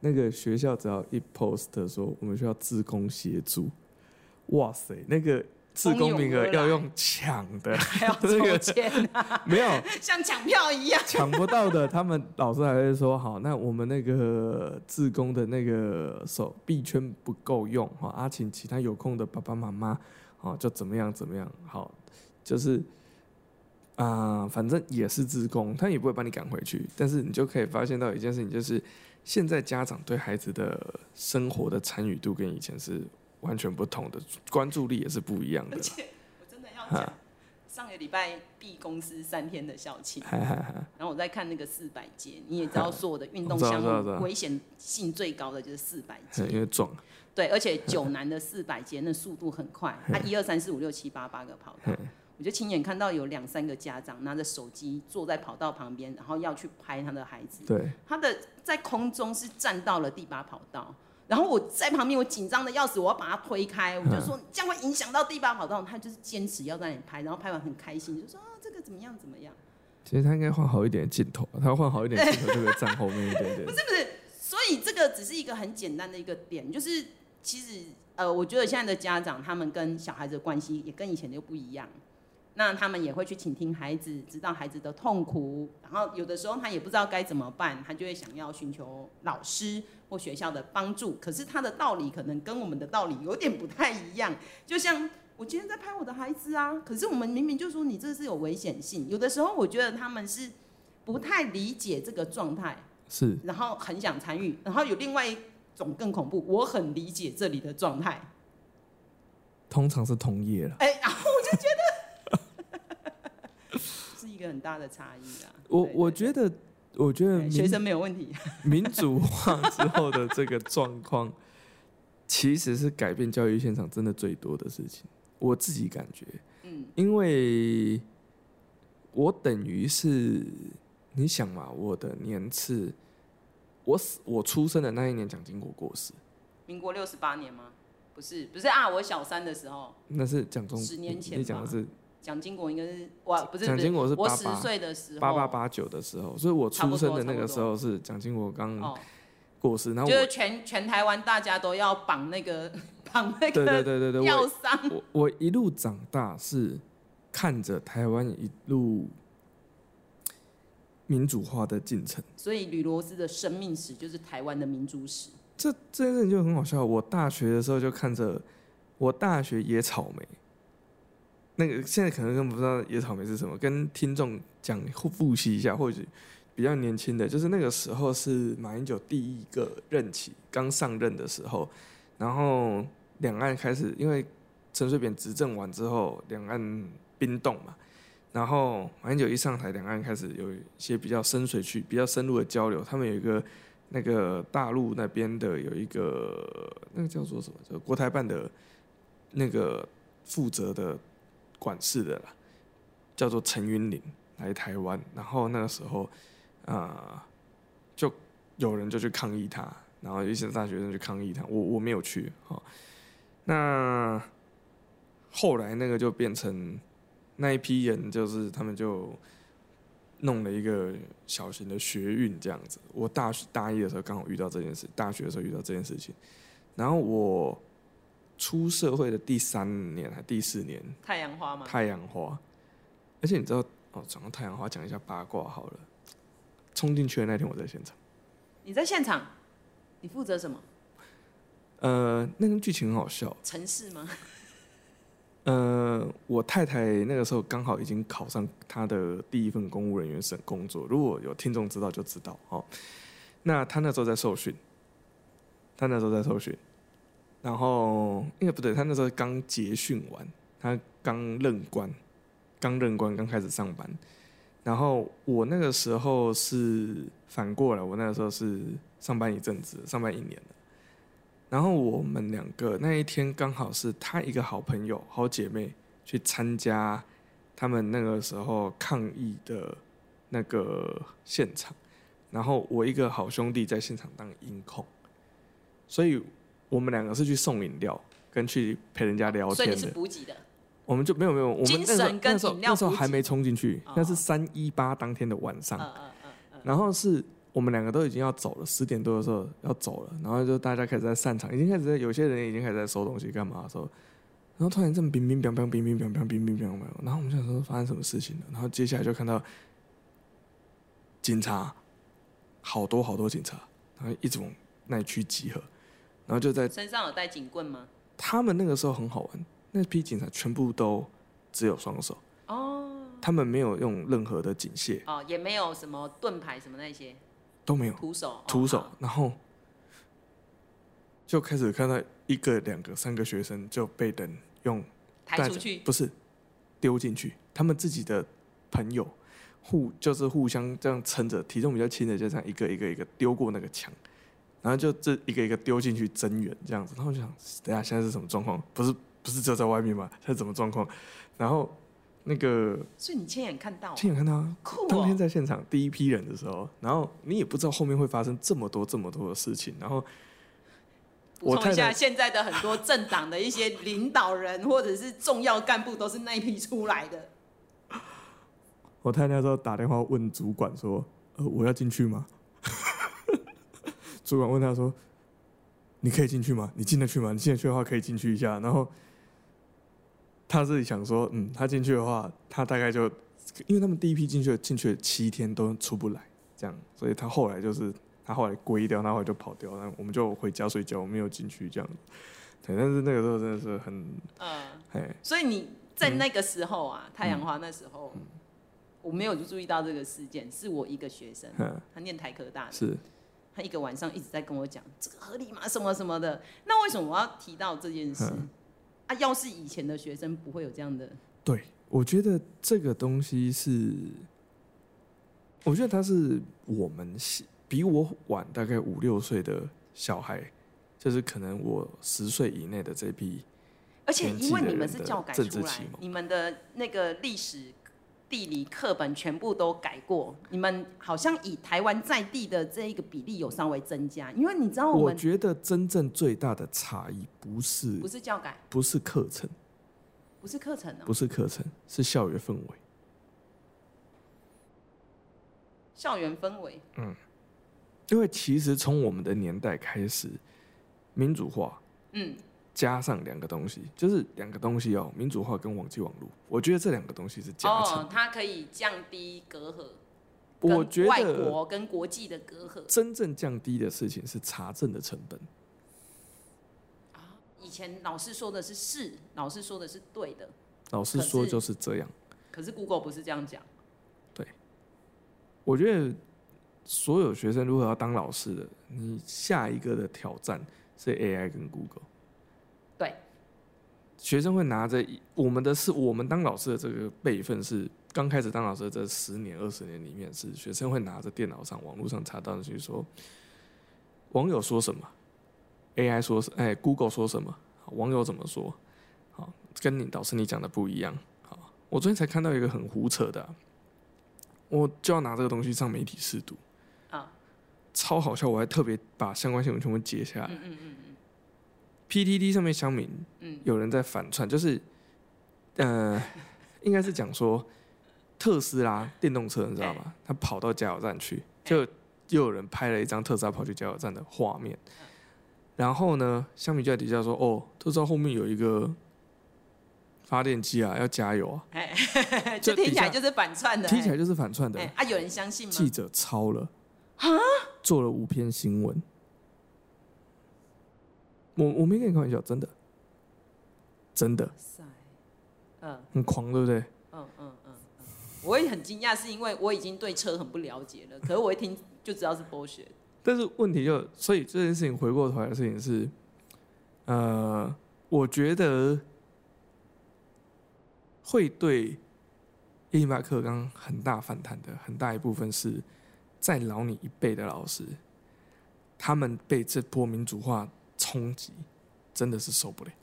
[SPEAKER 2] 那个学校只要一 post 说我们需要志工协助，哇塞，那个
[SPEAKER 4] 自公名额要用抢的，
[SPEAKER 1] 还 要抽签，
[SPEAKER 2] 没有
[SPEAKER 1] 像抢票一样。
[SPEAKER 2] 抢不到的，他们老师还会说好，那我们那个自工的那个手臂圈不够用哈，啊，请其他有空的爸爸妈妈哦，就怎么样怎么样好，就是啊、反正也是自工，他也不会把你赶回去，但是你就可以发现到一件事情，就是现在家长对孩子的生活的参与度跟以前是完全不同的，关注力也是不一样
[SPEAKER 1] 而
[SPEAKER 2] 的啦。
[SPEAKER 1] 且我真的要讲，上个礼拜 B 公司三天的校庆，
[SPEAKER 2] 嗨嗨嗨，
[SPEAKER 1] 然后我在看那个四百节，你也知道，所有的运
[SPEAKER 4] 我
[SPEAKER 1] 动
[SPEAKER 4] 知道
[SPEAKER 1] 项
[SPEAKER 4] 我知道我知道
[SPEAKER 1] 目危险性最高的就是四百节
[SPEAKER 4] 嘿，因为撞
[SPEAKER 1] 对，而且九男的四百节那速度很快，他一二三四五六七八八个跑道，我就亲眼看到有两三个家长拿着手机坐在跑道旁边，然后要去拍他的孩子，
[SPEAKER 2] 对，
[SPEAKER 1] 他的在空中是站到了第八跑道，然后我在旁边我紧张的要死，我要把他推开，我就说这样会影响到第八跑道，他就是坚持要在那里拍，然后拍完很开心，就说啊这个怎么样怎么样，
[SPEAKER 2] 其实他应该换好一点的镜头，他换好一点 的镜头就会站后面一点点。
[SPEAKER 1] 是不是？所以这个只是一个很简单的一个点，就是其实呃，我觉得现在的家长他们跟小孩子的关系也跟以前就不一样。那他们也会去倾听孩子，知道孩子的痛苦，然后有的时候他也不知道该怎么办，他就会想要寻求老师或学校的帮助。可是他的道理可能跟我们的道理有点不太一样。就像我今天在拍我的孩子啊，可是我们明明就说你这是有危险性。有的时候我觉得他们是不太理解这个状态，
[SPEAKER 2] 是
[SPEAKER 1] 然后很想参与，然后有另外一种更恐怖，我很理解这里的状态，
[SPEAKER 2] 通常是同业了。
[SPEAKER 1] 哎，然后我就觉得是一个很大的差异啊。
[SPEAKER 2] 我
[SPEAKER 1] 对
[SPEAKER 2] 我
[SPEAKER 1] 对
[SPEAKER 2] 觉得，我觉得
[SPEAKER 1] 对
[SPEAKER 2] 民
[SPEAKER 1] 学生没有问题，
[SPEAKER 2] 民主化之后的这个状况，其实是改变教育现场真的最多的事情。我自己感觉，
[SPEAKER 1] 嗯，
[SPEAKER 2] 因为我等于是你想嘛，我的年次，我死我出生的那一年，蒋经国过世，
[SPEAKER 1] 民国六十八年吗？不是，不是啊，我小三的时候，
[SPEAKER 2] 那是蒋中
[SPEAKER 1] 10年前
[SPEAKER 2] 你讲的
[SPEAKER 1] 吧
[SPEAKER 2] 是
[SPEAKER 1] 蒋经国应该是哇，不是，
[SPEAKER 2] 蒋经国是
[SPEAKER 1] 不
[SPEAKER 2] 八
[SPEAKER 1] 是我十
[SPEAKER 2] 八
[SPEAKER 1] 岁的时候，
[SPEAKER 2] 八八八九的时候，所以我
[SPEAKER 1] 差不
[SPEAKER 2] 出生
[SPEAKER 1] 多
[SPEAKER 2] 的
[SPEAKER 1] 差
[SPEAKER 2] 那
[SPEAKER 1] 不
[SPEAKER 2] 个
[SPEAKER 1] 多
[SPEAKER 2] 时候是蒋经国刚
[SPEAKER 1] 哦，
[SPEAKER 2] 过世，然后
[SPEAKER 1] 就
[SPEAKER 2] 我
[SPEAKER 1] 是全全台湾大家都要绑那个绑那
[SPEAKER 2] 对对
[SPEAKER 1] 个
[SPEAKER 2] 对对对，我
[SPEAKER 1] 吊丧，
[SPEAKER 2] 我我一路长大是看着台湾一路民主化的进程，
[SPEAKER 1] 所以吕罗斯的生命史就是台湾的民主史。
[SPEAKER 2] 这这件事情就很好笑。我大学的时候就看着我大学野草莓，那个现在可能根本不知道野草莓是什么，跟听众讲复复习一下，或许比较年轻的，就是那个时候是马英九第一个任期刚上任的时候，然后两岸开始因为陈水扁执政完之后，两岸冰冻嘛。然后马英九一上台，两岸开始有一些比较深水区、比较深入的交流。他们有一个那个大陆那边的有一个那个叫做什么，就国台办的那个负责的管事的啦，叫做陈云林来台湾，然后那个时候啊、呃就有人就去抗议他，然后有一些大学生去抗议他，我我没有去哈、哦，那后来那个就变成那一批人，就是他们就弄了一个小型的学运这样子。我大学大一的时候刚好遇到这件事，大学的时候遇到这件事情，然后我出社会的第三年还第四年，
[SPEAKER 1] 太阳花吗？
[SPEAKER 2] 太阳花，而且你知道哦，讲到太阳花，讲一下八卦好了。冲进去的那天我在现场，
[SPEAKER 1] 你在现场，你负责什么？
[SPEAKER 2] 呃，那个剧情很好笑。
[SPEAKER 1] 城市吗？
[SPEAKER 2] 呃，我太太那个时候刚好已经考上她的第一份公务人员省工作，如果有听众知道就知道哦。那她那时候在受训，她那时候在受训，然后应该不对，她那时候刚结训完，她刚任官，刚任官刚开始上班。然后我那个时候是反过来，我那个时候是上班一阵子，上班一年。然后我们两个那一天刚好是她一个好朋友、好姐妹去参加他们那个时候抗议的那个现场，然后我一个好兄弟在现场当音控，所以我们两个是去送饮料跟去陪人家聊
[SPEAKER 1] 所以
[SPEAKER 2] 天
[SPEAKER 1] 你是
[SPEAKER 2] 的。
[SPEAKER 1] 补给的，
[SPEAKER 2] 我们就没有没有，我们
[SPEAKER 1] 精
[SPEAKER 2] 那时候
[SPEAKER 1] 神跟
[SPEAKER 2] 那时候
[SPEAKER 1] 饮料
[SPEAKER 2] 那时候
[SPEAKER 1] 补给
[SPEAKER 2] 还没冲进去
[SPEAKER 1] 哦，
[SPEAKER 2] 那是三一八当天的晚上
[SPEAKER 1] 嗯。嗯嗯嗯，
[SPEAKER 2] 然后是我们两个都已经要走了，十点多的时候要走了，然后就大家开始在散场，已经开始在有些人已经开始在收东西干嘛的时候，然后突然这么冰冰冰冰冰冰冰冰冰冰冰，然后我们想说发生什么事情了，然后接下来就看到警察，好多好多警察，然后一直往那区集合，然后就在
[SPEAKER 1] 身上有带警棍吗？
[SPEAKER 2] 他们那个时候很好玩，那批警察全部都只有双手，
[SPEAKER 1] 哦
[SPEAKER 2] 他们没有用任何的警械，
[SPEAKER 1] 哦，也没有什么盾牌什么那些，
[SPEAKER 2] 都没有
[SPEAKER 1] 徒手哦
[SPEAKER 2] 徒手
[SPEAKER 1] 好，
[SPEAKER 2] 然后就开始看到一个、两个、三个学生就被人用
[SPEAKER 1] 抬
[SPEAKER 2] 大
[SPEAKER 1] 出
[SPEAKER 2] 家
[SPEAKER 1] 去，
[SPEAKER 2] 不是丢进去，他们自己的朋友互就是互相这样撑着，体重比较轻的就这样一个一个一个丢过那个墙，然后就这一个一个丢进去增援这样子，然后我就想，等一下现在是什么状况？不是不是只有在外面吗？现在什么状况？然后那个
[SPEAKER 1] 所以你亲眼看到哦，
[SPEAKER 2] 亲眼看到啊
[SPEAKER 1] 酷
[SPEAKER 2] 当天
[SPEAKER 1] 哦，
[SPEAKER 2] 在现场第一批人的时候，然后你也不知道后面会发生这么多这么多的事情，然后
[SPEAKER 1] 补
[SPEAKER 2] 我
[SPEAKER 1] 充一
[SPEAKER 2] 太
[SPEAKER 1] 下，
[SPEAKER 2] 太
[SPEAKER 1] 现在的很多政党的一些领导人或者是重要干部都是那一批出来的。
[SPEAKER 2] 我太太那时候打电话问主管说：“呃，我要进去吗？” 主管问他说：“你可以进去吗？你进得去吗？你进得去的话，可以进去一下。”然后他自己想说：“嗯，他进去的话，他大概就因为他们第一批进去的进去了七天都出不来，这样，所以他后来就是他后来归掉，他后来就跑掉，然后我们就回家睡觉，我没有进去这样。对，但是那个时候真的是很
[SPEAKER 1] 嗯，
[SPEAKER 2] 哎，
[SPEAKER 1] 所以你在那个时候
[SPEAKER 2] 嗯
[SPEAKER 1] 啊，太阳花那时候，我没有注意到这个事件，是我一个学生，
[SPEAKER 2] 嗯，
[SPEAKER 1] 他念台科大的，
[SPEAKER 2] 是
[SPEAKER 1] 他一个晚上一直在跟我讲这个合理吗？什么什么的。那为什么我要提到这件事？
[SPEAKER 2] 嗯
[SPEAKER 1] 啊，要是以前的学生不会有这样的，
[SPEAKER 2] 对，我觉得这个东西是，我觉得他是我们系比我晚大概五六岁的小孩，就是可能我十岁以内的这批，
[SPEAKER 1] 而且因为你们
[SPEAKER 2] 年纪的人
[SPEAKER 1] 是
[SPEAKER 2] 的
[SPEAKER 1] 教改
[SPEAKER 2] 政
[SPEAKER 1] 出
[SPEAKER 2] 治
[SPEAKER 1] 来
[SPEAKER 2] 启蒙，
[SPEAKER 1] 你们的那个历史、地理课本全部都改过，你们好像以台湾在地的这一个比例有稍微增加，因为你知道我
[SPEAKER 2] 我
[SPEAKER 1] 们
[SPEAKER 2] 觉得真正最大的差异不是
[SPEAKER 1] 不是教改，
[SPEAKER 2] 不是课程，
[SPEAKER 1] 不是课程哦、
[SPEAKER 2] 不是课程，是校园氛围。
[SPEAKER 1] 校园氛围，
[SPEAKER 2] 因为其实从我们的年代开始，民主化，
[SPEAKER 1] 嗯，
[SPEAKER 2] 加上两个东西，就是两个东西哦，民主化跟网际网络，我觉得这两个东西是加成。
[SPEAKER 1] 哦，它可以降低隔阂，
[SPEAKER 2] 我
[SPEAKER 1] 跟
[SPEAKER 2] 觉
[SPEAKER 1] 外
[SPEAKER 2] 得
[SPEAKER 1] 国跟国际的隔阂。
[SPEAKER 2] 真正降低的事情是查证的成本。
[SPEAKER 1] 以前老师说的是是，老师说的是对的，
[SPEAKER 2] 老实
[SPEAKER 1] 可是
[SPEAKER 2] 说就是这样。
[SPEAKER 1] 可是 Google 不是这样讲。
[SPEAKER 2] 我觉得所有学生如果要当老师的，你下一个的挑战是 AI 跟 Google。
[SPEAKER 1] 对，
[SPEAKER 2] 学生会拿着一我们的是我们当老师的这个辈分是刚开始当老师的这十年二十年里面，是学生会拿着电脑上网络上查到的去说，网友说什么，AI 说什，哎，Google 说什么，好网友怎么说，好，跟你老师你讲的不一样。好，我昨天才看到一个很胡扯的啊、我就要拿这个东西上媒体试读
[SPEAKER 1] 啊，
[SPEAKER 2] 超好笑！我还特别把相关新闻全部截下来。嗯嗯嗯 PTT 上面乡民，嗯，有人在反串，就是，呃，应该是讲说特斯拉电动车，你知道吗？他跑到加油站去，就又有人拍了一张特斯拉跑去加油站的画面。然后呢，乡民就在底下说：“哦，特斯拉后面有一个发电机啊，要加油啊。
[SPEAKER 1] 这
[SPEAKER 2] 就
[SPEAKER 1] 听
[SPEAKER 2] 底
[SPEAKER 1] 起来
[SPEAKER 2] 下
[SPEAKER 1] 就是反串”的、
[SPEAKER 2] 听起
[SPEAKER 1] 哎
[SPEAKER 2] 来就是反串的。
[SPEAKER 1] 哎啊，有人相信
[SPEAKER 2] 记
[SPEAKER 1] 吗？
[SPEAKER 2] 者抄了，做了五篇新闻。我我没跟你开玩笑，真的，真的
[SPEAKER 1] 哇塞，嗯
[SPEAKER 2] 很狂，对不对？
[SPEAKER 1] 嗯嗯嗯嗯，我也很惊讶，是因为我已经对车很不了解 了，可是我一听就知道是剥削。
[SPEAKER 2] 但是问题就，所以这件事情回过头来的事情是，呃，我觉得会对星巴克刚刚很大反弹的很大一部分是，再老你一辈的老师，他们被这波民主化冲击，真的是受不了。
[SPEAKER 1] 哎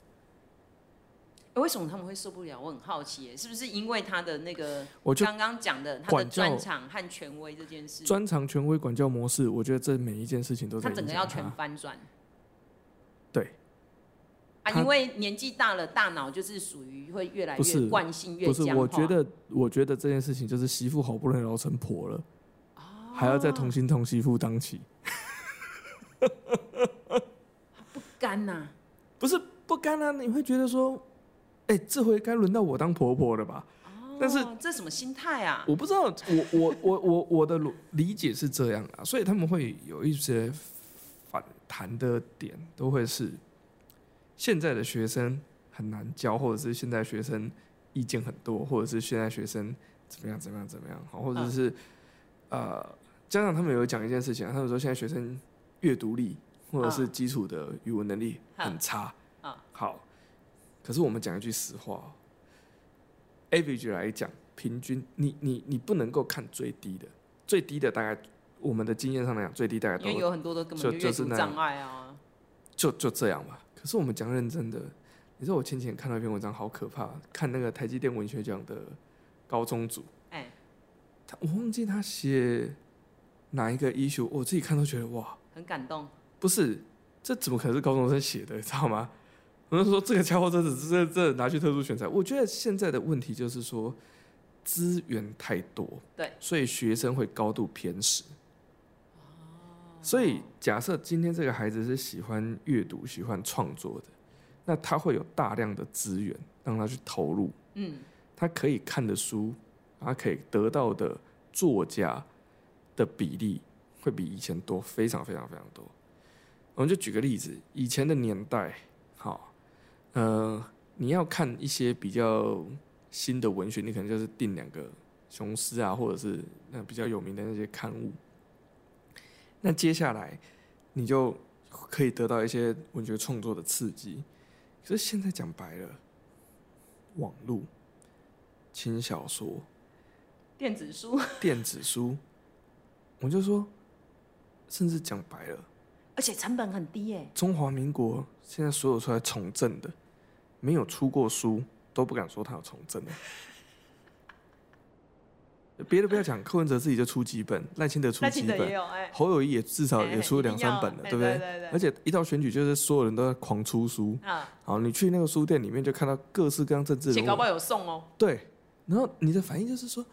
[SPEAKER 1] 为什么他们会受不了？我很好奇耶，是不是因为他的那个
[SPEAKER 2] 我就
[SPEAKER 1] 刚刚讲的他的
[SPEAKER 2] 管教
[SPEAKER 1] 专长和权威这件事，
[SPEAKER 2] 专长、权威、管教模式，我觉得这每一件事情都在
[SPEAKER 1] 他
[SPEAKER 2] 影
[SPEAKER 1] 整
[SPEAKER 2] 响
[SPEAKER 1] 个要全翻转
[SPEAKER 2] 对，
[SPEAKER 1] 啊？
[SPEAKER 2] 他
[SPEAKER 1] 因为年纪大了，大脑就是属于会越来
[SPEAKER 2] 不
[SPEAKER 1] 越
[SPEAKER 2] 是
[SPEAKER 1] 惯性越
[SPEAKER 2] 不是，
[SPEAKER 1] 僵化。
[SPEAKER 2] 我觉得，我觉得这件事情就是媳妇好不容易熬成婆了，
[SPEAKER 1] 哦
[SPEAKER 2] 还要再同心同媳妇当起，
[SPEAKER 1] 干呐、
[SPEAKER 2] 不是不甘啊！你会觉得说，哎、这回该轮到我当婆婆了吧？但是
[SPEAKER 1] 哦这什么心态啊？
[SPEAKER 2] 我不知道，我我我我我的逻理解是这样啊，所以他们会有一些反弹的点，都会是现在的学生很难教，或者是现在学生意见很多，或者是现在学生怎么样怎么样怎么样，好，或者
[SPEAKER 1] 嗯
[SPEAKER 2] 是、呃，家长他们有讲一件事情啊，他们说现在学生阅读力或者是
[SPEAKER 1] 嗯
[SPEAKER 2] 基础的语文能力
[SPEAKER 1] 嗯
[SPEAKER 2] 很差，
[SPEAKER 1] 嗯
[SPEAKER 2] 好，可是我们讲一句实话哦、average 来讲，平均你你你不能够看最低的，最低的大概我们的经验上来讲，最低大概
[SPEAKER 1] 因为
[SPEAKER 2] 都
[SPEAKER 1] 有很多都根
[SPEAKER 2] 哦就
[SPEAKER 1] 本就
[SPEAKER 2] 就
[SPEAKER 1] 阅
[SPEAKER 2] 是
[SPEAKER 1] 读
[SPEAKER 2] 那
[SPEAKER 1] 障碍啊。
[SPEAKER 2] 就就这样吧。可是我们讲认真的，你知道我前几天看到一篇文章，好可怕，看那个台积电文学奖的高中组，
[SPEAKER 1] 哎，
[SPEAKER 2] 他我忘记他写哪一个 issue，我自己看都觉得哇，
[SPEAKER 1] 很感动。
[SPEAKER 2] 不是这怎么可能是高中生写的， 你知道吗？我就说这个家伙真的是这这拿去特殊选材，我觉得现在的问题就是说资源太多，
[SPEAKER 1] 对，
[SPEAKER 2] 所以学生会高度偏食。所以假设今天这个孩子是喜欢阅读、喜欢创作的，那他会有大量的资源让他去投入，
[SPEAKER 1] 嗯，
[SPEAKER 2] 他可以看的书，他可以得到的作家的比例会比以前多，非常非常非常多。我们就举个例子，以前的年代，好，呃，你要看一些比较新的文学，你可能就是订两个雄狮啊，或者是那比较有名的那些刊物。那接下来你就可以得到一些文学创作的刺激。可是现在讲白了，网络轻小说、
[SPEAKER 1] 电子书，
[SPEAKER 2] 电子书，我就说，甚至讲白了，
[SPEAKER 1] 而且成本很低耶。
[SPEAKER 2] 中华民国现在所有出来从政的，没有出过书都不敢说他有从政的。别的不要讲，柯文哲自己就出几本，赖清德出
[SPEAKER 1] 那
[SPEAKER 2] 几
[SPEAKER 1] 记得也
[SPEAKER 2] 本，
[SPEAKER 1] 有哎，
[SPEAKER 2] 侯友谊也至少
[SPEAKER 1] 哎
[SPEAKER 2] 也出两三本了，
[SPEAKER 1] 一
[SPEAKER 2] 对不
[SPEAKER 1] 定要哎
[SPEAKER 2] 对？
[SPEAKER 1] 对对
[SPEAKER 2] 而且一到选举，就是所有人都在狂出书。
[SPEAKER 1] 对。啊，
[SPEAKER 2] 好，你去那个书店里面就看到各式各样政治
[SPEAKER 1] 而且
[SPEAKER 2] 人
[SPEAKER 1] 搞
[SPEAKER 2] 物
[SPEAKER 1] 不，好有送哦。
[SPEAKER 2] 对，然后你的反应就是说，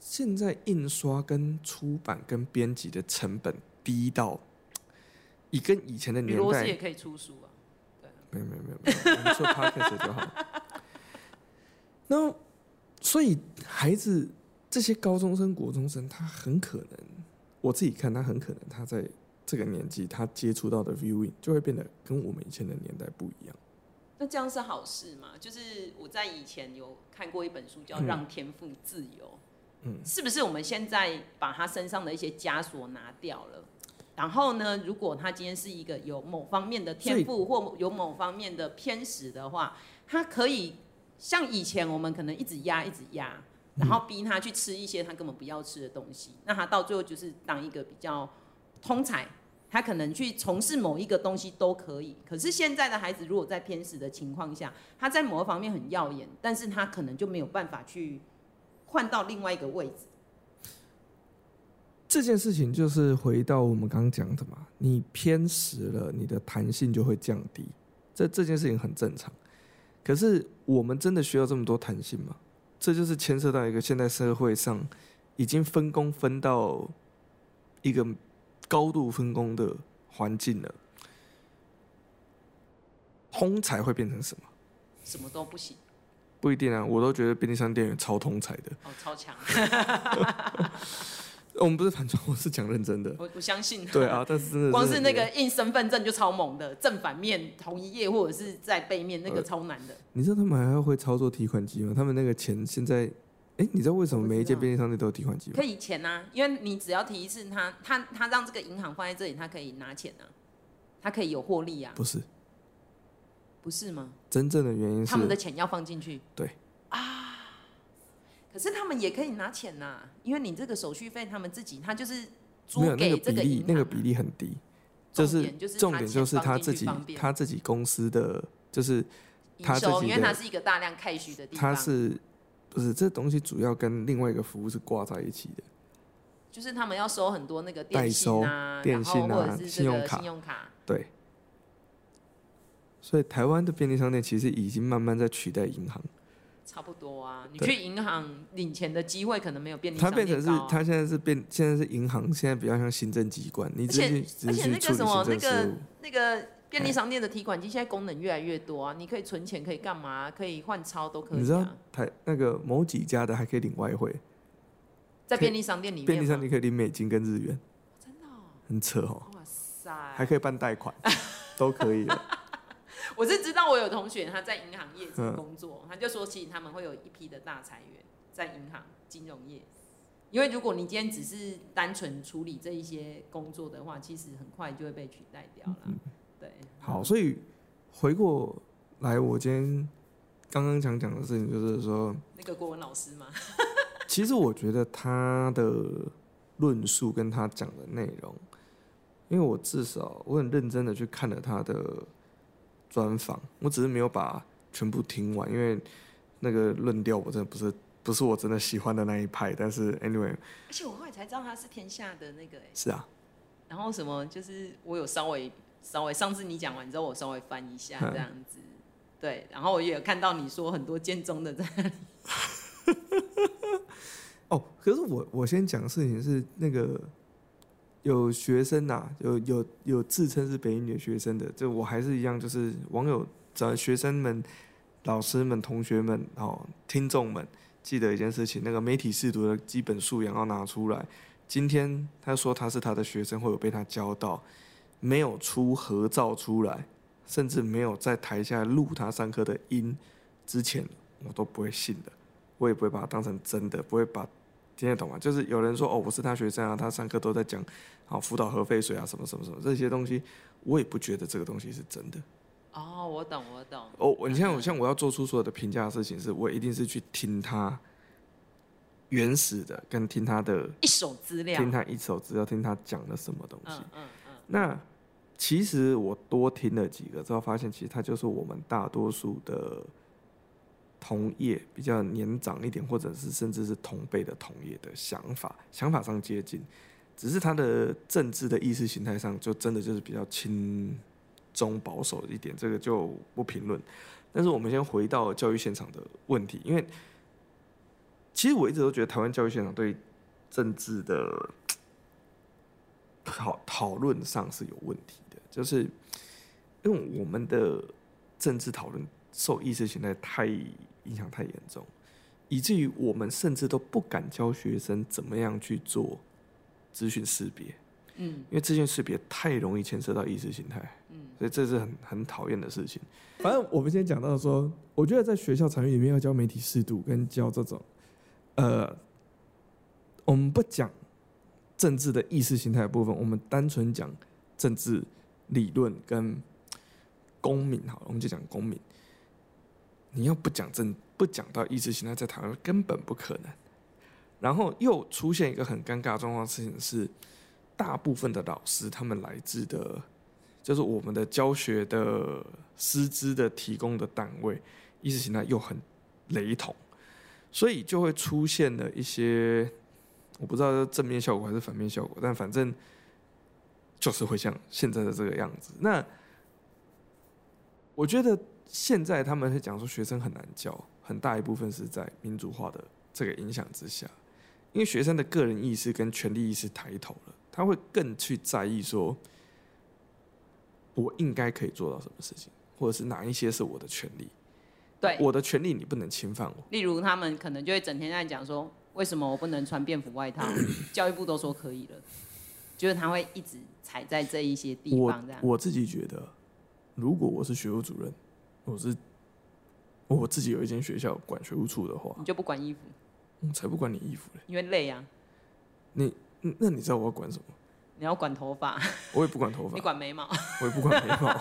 [SPEAKER 2] 现在印刷跟出版跟编辑的成本低到，以跟以前的
[SPEAKER 1] 俄
[SPEAKER 2] 年
[SPEAKER 1] 罗斯
[SPEAKER 2] 代
[SPEAKER 1] 也可以出书啊。
[SPEAKER 2] 没有没有没有没有，我们做 podcast 就好了。然后，所以孩子这些高中生、国中生，他很可能，我自己看他很可能，他在这个年纪，他接触到的 viewing 就会变得跟我们以前的年代不一样。
[SPEAKER 1] 那这样是好事吗？就是我在以前有看过一本书叫
[SPEAKER 2] 嗯
[SPEAKER 1] 《让天赋自由》，
[SPEAKER 2] 嗯
[SPEAKER 1] 是不是我们现在把他身上的一些枷锁拿掉了？然后呢，如果他今天是一个有某方面的天赋或有某方面的偏食的话，他可以像以前我们可能一直压一直压，然
[SPEAKER 2] 嗯
[SPEAKER 1] 后逼他去吃一些他根本不要吃的东西，那他到最后就是当一个比较通才他可能去从事某一个东西都可以。可是现在的孩子，如果在偏食的情况下，他在某一方面很耀眼，但是他可能就没有办法去换到另外一个位置。
[SPEAKER 2] 这件事情就是回到我们刚刚讲的嘛，你偏食了，你的弹性就会降低，这这件事情很正常。可是我们真的需要这么多弹性吗？这就是牵涉到一个现代社会上已经分工分到一个高度分工的环境了，通才会变成什么？
[SPEAKER 1] 什么都不行，
[SPEAKER 2] 不一定啊，我都觉得便利商店有超通才的。
[SPEAKER 1] 哦，超 强，
[SPEAKER 2] 呃我们不是反串，我是讲认真的。
[SPEAKER 1] 我我相信。
[SPEAKER 2] 对啊，但是真的
[SPEAKER 1] 光是
[SPEAKER 2] 很
[SPEAKER 1] 那
[SPEAKER 2] 厉害
[SPEAKER 1] 个印身份证就超猛的，正反面同一页或者是在背面，那个
[SPEAKER 2] 呃
[SPEAKER 1] 超难的。
[SPEAKER 2] 你知道他们还要会操作提款机吗？他们那个钱现在，哎，你知道为什么
[SPEAKER 1] 我不知道
[SPEAKER 2] 每一间便利商店都有提款机吗
[SPEAKER 1] 可？以钱啊，因为你只要提一次他，他他让这个银行放在这里，他可以拿钱啊，他可以有获利啊，
[SPEAKER 2] 不是，
[SPEAKER 1] 不是吗？
[SPEAKER 2] 真正的原因是
[SPEAKER 1] 他们的钱要放进去。
[SPEAKER 2] 对
[SPEAKER 1] 啊，可是他们也可以拿钱呐、因为你这个手续费，他们自己他就是租
[SPEAKER 2] 没有那
[SPEAKER 1] 给
[SPEAKER 2] 个
[SPEAKER 1] 这
[SPEAKER 2] 比
[SPEAKER 1] 银
[SPEAKER 2] 例
[SPEAKER 1] 行，
[SPEAKER 2] 那个比例很低。这
[SPEAKER 1] 重
[SPEAKER 2] 是
[SPEAKER 1] 点就是
[SPEAKER 2] 重点就是
[SPEAKER 1] 他
[SPEAKER 2] 他
[SPEAKER 1] 钱放进
[SPEAKER 2] 自
[SPEAKER 1] 去
[SPEAKER 2] 己
[SPEAKER 1] 方便
[SPEAKER 2] 他自己公司的，就是他
[SPEAKER 1] 营
[SPEAKER 2] 自己
[SPEAKER 1] 收，
[SPEAKER 2] 的
[SPEAKER 1] 因为它是一个大量 cash 的地
[SPEAKER 2] 他
[SPEAKER 1] 方，
[SPEAKER 2] 是不是这东西主要跟另外一个服务是挂在一起的？
[SPEAKER 1] 就是他们要收很多那个电信啊，
[SPEAKER 2] 代收电信啊
[SPEAKER 1] 然后或者是这
[SPEAKER 2] 信用
[SPEAKER 1] 个
[SPEAKER 2] 卡
[SPEAKER 1] 信用卡，
[SPEAKER 2] 对。所以台湾的便利商店其实已经慢慢在取代银行，
[SPEAKER 1] 差不多啊。你
[SPEAKER 2] 对
[SPEAKER 1] 去银行领钱的机会可能没有便利
[SPEAKER 2] 它
[SPEAKER 1] 商
[SPEAKER 2] 变
[SPEAKER 1] 店
[SPEAKER 2] 成是
[SPEAKER 1] 高啊、
[SPEAKER 2] 它现在是变现在是银行，现在比较像行政机关，你只
[SPEAKER 1] 而且
[SPEAKER 2] 是去只
[SPEAKER 1] 而
[SPEAKER 2] 是
[SPEAKER 1] 且
[SPEAKER 2] 去
[SPEAKER 1] 那
[SPEAKER 2] 处
[SPEAKER 1] 个
[SPEAKER 2] 理
[SPEAKER 1] 什么
[SPEAKER 2] 行
[SPEAKER 1] 那
[SPEAKER 2] 政事
[SPEAKER 1] 个
[SPEAKER 2] 务。
[SPEAKER 1] 那个便利商店的提款机现在功能越来越多啊，你可以存钱，可以干嘛，可以换钞都可
[SPEAKER 2] 你知
[SPEAKER 1] 以
[SPEAKER 2] 道
[SPEAKER 1] 啊。
[SPEAKER 2] 台那个某几家的还可以领外汇，
[SPEAKER 1] 在便利商店里面吗，
[SPEAKER 2] 便利商店可以领美金跟日元，
[SPEAKER 1] 真的哦、哎
[SPEAKER 2] 很扯哦，
[SPEAKER 1] 哇塞！
[SPEAKER 2] 还可以办 贷款，都可以了。
[SPEAKER 1] 我是知道我有同学他在银行业者
[SPEAKER 2] 嗯
[SPEAKER 1] 工作，他就说其实他们会有一批的大裁员在银行金融业，因为如果你今天只是单纯处理这一些工作的话，其实很快就会被取代掉了。
[SPEAKER 2] 嗯
[SPEAKER 1] 对，
[SPEAKER 2] 好，所以回过来，我今天刚刚想讲的事情就是说，
[SPEAKER 1] 那个国文老师
[SPEAKER 2] 嗯
[SPEAKER 1] 嘛，
[SPEAKER 2] 其实我觉得他的论述跟他讲的内容，因为我至少我很认真的去看了他的专访，我只是没有把全部听完，因为那个论调我真的不是不是我真的喜欢的那一派。但是 anyway，
[SPEAKER 1] 而且我后来才知道他是天下的那个、欸，
[SPEAKER 2] 是啊，
[SPEAKER 1] 然后什么就是我有稍微稍微上次你讲完之后，我稍微翻一下
[SPEAKER 2] 嗯
[SPEAKER 1] 这样子，对，然后我也有看到你说很多建中的在
[SPEAKER 2] 哦，可是我我先讲的事情是那个有学生呐、有有有自称是北影女学生的，这我还是一样，就是网友找学生们、老师们、同学们哦，听众们，记得一件事情，那个媒体试读的基本素养要拿出来。今天他说他是他的学生，会有被他教到，没有出合照出来，甚至没有在台下录他上课的音之前，我都不会信的。我也不会把它当成真的，不会把听得懂吗？就是有人说哦，我是他学生啊，他上课都在讲好辅导核废水啊，什么什么什么这些东西，我也不觉得这个东西是真的。
[SPEAKER 1] 哦，我懂我懂，
[SPEAKER 2] 哦，我你像我像我要做出所有的评价的事情是，我一定是去听他原始的，跟听他的，
[SPEAKER 1] 一手资料，
[SPEAKER 2] 听他一手资料，听他讲了什么东西。
[SPEAKER 1] 嗯嗯嗯，
[SPEAKER 2] 那其实我多听了几个之后，发现其实他就是我们大多数的同业比较年长一点，或者是甚至是同辈的同业的想法，想法上接近，只是他的政治的意识形态上，就真的就是比较亲中保守一点，这个就不评论。但是我们先回到教育现场的问题，因为其实我一直都觉得台湾教育现场对政治的讨讨论上是有问题的，就是因为我们的政治讨论受意识形态太影响太严重，以至于我们甚至都不敢教学生怎么样去做资讯识别，
[SPEAKER 1] 嗯，
[SPEAKER 2] 因为资讯识别太容易牵涉到意识形态，嗯，所以这是很很讨厌的事情。
[SPEAKER 5] 反正我们先讲到说，我觉得在学校场域里面要教媒体适度，跟教这种，呃，我们不讲政治的意识形态的部分，我们单纯讲政治理论跟公民好了，我们就讲公民。你要不讲政，不讲到意识形态，在台湾根本不可能。然后又出现一个很尴尬的状况，事情是大部分的老师他们来自的，就是我们的教学的师资的提供的单位，意识形态又很雷同，所以就会出现了一些我不知道是正面效果还是反面效果，但反正就是会像现在的这个样子。那我觉得现在他们是讲说学生很难教，很大一部分是在民主化的这个影响之下，因为学生的个人意识跟权利意识抬头了，他会更去在意说，我应该可以做到什么事情，或者是哪一些是我的权利，
[SPEAKER 1] 对，
[SPEAKER 5] 我的权利你不能侵犯我。
[SPEAKER 1] 例如他们可能就会整天在讲说，为什么我不能穿便服外 套？教育部都说可以了，就是他会一直踩在这一些地
[SPEAKER 5] 我
[SPEAKER 1] 方这样。
[SPEAKER 5] 我自己觉得，如果我是学务主任，我是我自己有一间学校管学务处的话
[SPEAKER 1] 你，就不管衣服，嗯
[SPEAKER 5] 我才不管你衣服嘞。
[SPEAKER 1] 因为累啊，
[SPEAKER 5] 你嗯那你知道我要管什么？
[SPEAKER 1] 你要管头发，
[SPEAKER 5] 我也不管头发
[SPEAKER 1] 你，管眉毛，
[SPEAKER 5] 我也不管眉毛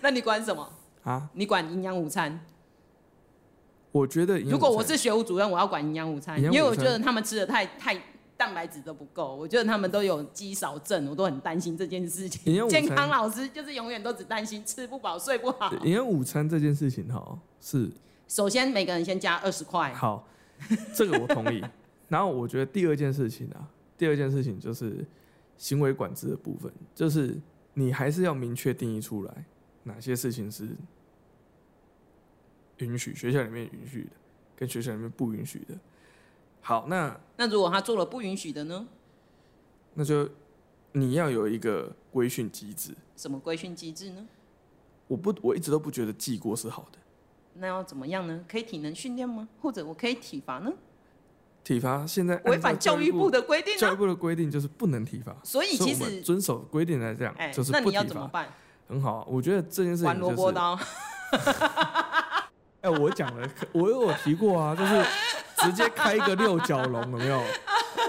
[SPEAKER 1] 那你管什么？
[SPEAKER 5] 啊。
[SPEAKER 1] 你管营养午餐。
[SPEAKER 5] 我觉得营养
[SPEAKER 1] 如果
[SPEAKER 5] 午
[SPEAKER 1] 我
[SPEAKER 5] 餐
[SPEAKER 1] 是学务主任，我要管营养午餐，
[SPEAKER 5] 营
[SPEAKER 1] 因
[SPEAKER 5] 养午
[SPEAKER 1] 为
[SPEAKER 5] 餐
[SPEAKER 1] 我觉得他们吃的太太蛋白质都不够，我觉得他们都有肌少症，我都很担心这件事
[SPEAKER 5] 营养
[SPEAKER 1] 情。
[SPEAKER 5] 午餐
[SPEAKER 1] 健康老师就是永远都只担心吃不饱、睡不好
[SPEAKER 5] 对。营养午餐这件事情哈，是
[SPEAKER 1] 首先，每个人先加二十块，
[SPEAKER 5] 好，这个我同 意。然后我觉得第二件事情啊，第二件事情就是行为管制的部分，就是你还是要明确定义出来哪些事情是允许学校里面允许的，跟学校里面不允许的。好，那
[SPEAKER 1] 那如果他做了不允许的呢？
[SPEAKER 5] 那就
[SPEAKER 6] 你要有一个规训机制。
[SPEAKER 1] 什么规训机制呢？
[SPEAKER 6] 我不，我一直都不觉得记过是好的。
[SPEAKER 1] 那要怎么样呢？可以体能训练吗？或者我可以体罚呢？
[SPEAKER 6] 体罚现在按照
[SPEAKER 1] 违反教育部的规定
[SPEAKER 6] 教育
[SPEAKER 1] 啊。
[SPEAKER 6] 部的规定就是不能体罚，
[SPEAKER 1] 所以
[SPEAKER 6] 所
[SPEAKER 1] 其
[SPEAKER 6] 我们
[SPEAKER 1] 实，
[SPEAKER 6] 遵守规定来讲，
[SPEAKER 1] 哎、
[SPEAKER 6] 就是
[SPEAKER 1] 那
[SPEAKER 6] 不
[SPEAKER 1] 你要
[SPEAKER 6] 体
[SPEAKER 1] 怎么
[SPEAKER 6] 罚，
[SPEAKER 1] 办？
[SPEAKER 6] 很好啊。我觉得这件事
[SPEAKER 1] 玩
[SPEAKER 6] 情
[SPEAKER 1] 萝
[SPEAKER 6] 就
[SPEAKER 1] 卜
[SPEAKER 6] 是，
[SPEAKER 1] 刀，
[SPEAKER 2] 哎、我讲了， 可我有提过啊，就是直接开一个六角笼，有没有？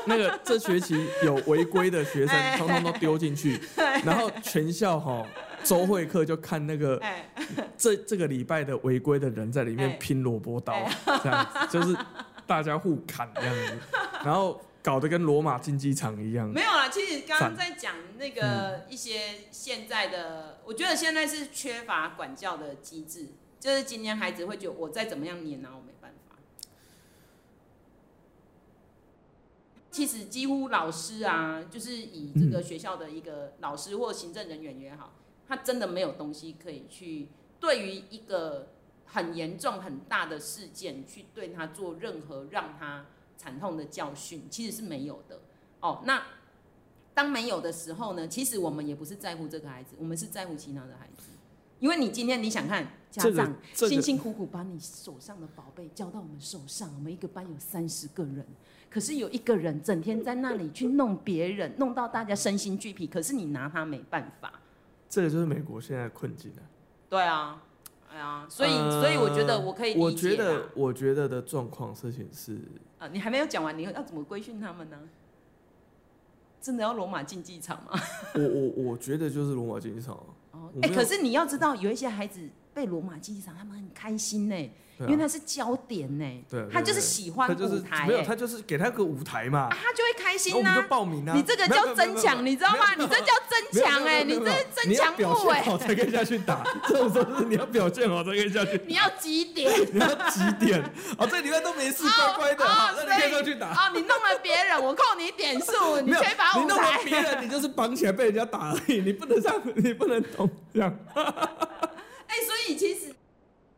[SPEAKER 2] 那个这学期有违规的学
[SPEAKER 1] 哎
[SPEAKER 2] 生，通通都丢 进去，然后全校哈周会课就看那个
[SPEAKER 1] 哎、
[SPEAKER 2] 这这个礼拜的违规的人在里面
[SPEAKER 1] 哎
[SPEAKER 2] 拼萝卜刀，这样子就是大家互砍这样 子，然后搞得跟罗马竞技场一样。
[SPEAKER 1] 没有啦。其实刚刚
[SPEAKER 2] 赞
[SPEAKER 1] 在讲那个一些现在的，我觉得现在是缺乏管教的机制，就是今天孩子会觉得我再怎么样黏啊，我没办法。其实几乎老师啊，就是以这个学校的一个老师或行政人员也好，他真的没有东西可以去对于一个很严重很大的事件去对他做任何让他惨痛的教训，其实是没有的。哦，那当没有的时候呢，其实我们也不是在乎这个孩子，我们是在乎其他的孩子。因为你今天你想看家
[SPEAKER 2] 这
[SPEAKER 1] 长、
[SPEAKER 2] 个这个
[SPEAKER 1] 辛辛苦苦把你手上的宝贝交到我们手上，我们一个班有三十个人，可是有一个人整天在那里去弄别人，弄到大家身心俱疲，可是你拿他没办法。
[SPEAKER 2] 这个就是美国现在的困境啊。
[SPEAKER 1] 对啊，哎呀，所以、
[SPEAKER 2] 呃
[SPEAKER 1] 所以我觉得我可以
[SPEAKER 2] 我
[SPEAKER 1] 理
[SPEAKER 2] 觉
[SPEAKER 1] 解啦
[SPEAKER 2] 得，我觉得的状况事情是，
[SPEAKER 1] 啊，你还没有讲完，你要怎么规训他们呢？真的要罗马竞技场吗？
[SPEAKER 2] 我我我觉得就是罗马竞技场啊、
[SPEAKER 1] 哦
[SPEAKER 2] 我，
[SPEAKER 1] 哎、
[SPEAKER 2] 没有
[SPEAKER 1] 可是你要知道，有一些孩子被罗马竞技场，他们很开心呢、
[SPEAKER 2] 对
[SPEAKER 1] 因
[SPEAKER 2] 啊
[SPEAKER 1] 为他是焦点呢、
[SPEAKER 2] 对啊
[SPEAKER 1] 他就
[SPEAKER 2] 对
[SPEAKER 1] 是
[SPEAKER 2] 啊
[SPEAKER 1] 喜
[SPEAKER 2] 他
[SPEAKER 1] 欢
[SPEAKER 2] 就是
[SPEAKER 1] 舞台、
[SPEAKER 2] 没有，
[SPEAKER 1] 哎
[SPEAKER 2] 他就是给他个舞台嘛，
[SPEAKER 1] 啊，他就会开
[SPEAKER 2] 然后
[SPEAKER 1] 心
[SPEAKER 2] 我们
[SPEAKER 1] 呐、
[SPEAKER 2] 就报名啊。
[SPEAKER 1] 你这个叫增强，
[SPEAKER 2] 没
[SPEAKER 1] 你知道吗？你这叫
[SPEAKER 2] 有
[SPEAKER 1] 增
[SPEAKER 2] 没有
[SPEAKER 1] 强哎、
[SPEAKER 2] 没
[SPEAKER 1] 你
[SPEAKER 2] 有没有没有没有
[SPEAKER 1] 这是增
[SPEAKER 2] 你要
[SPEAKER 1] 强
[SPEAKER 2] 表
[SPEAKER 1] 户
[SPEAKER 2] 现
[SPEAKER 1] 哎、
[SPEAKER 2] 好才可以下去打， 这种都是你要表现好才可以下去打。
[SPEAKER 1] 你要几点？
[SPEAKER 2] 你要几点？哦，这礼拜都没事，乖乖的，
[SPEAKER 1] 哦
[SPEAKER 2] 好那你可
[SPEAKER 1] 所
[SPEAKER 2] 以
[SPEAKER 1] 以
[SPEAKER 2] 上去打。
[SPEAKER 1] 哦，你弄了别人，我扣你点数，你
[SPEAKER 2] 没有
[SPEAKER 1] 缺乏
[SPEAKER 2] 你
[SPEAKER 1] 舞
[SPEAKER 2] 弄了
[SPEAKER 1] 台。
[SPEAKER 2] 别人，你就是绑起来被人家打而已，你不能上，你不能懂这样。
[SPEAKER 1] 哎、所以其实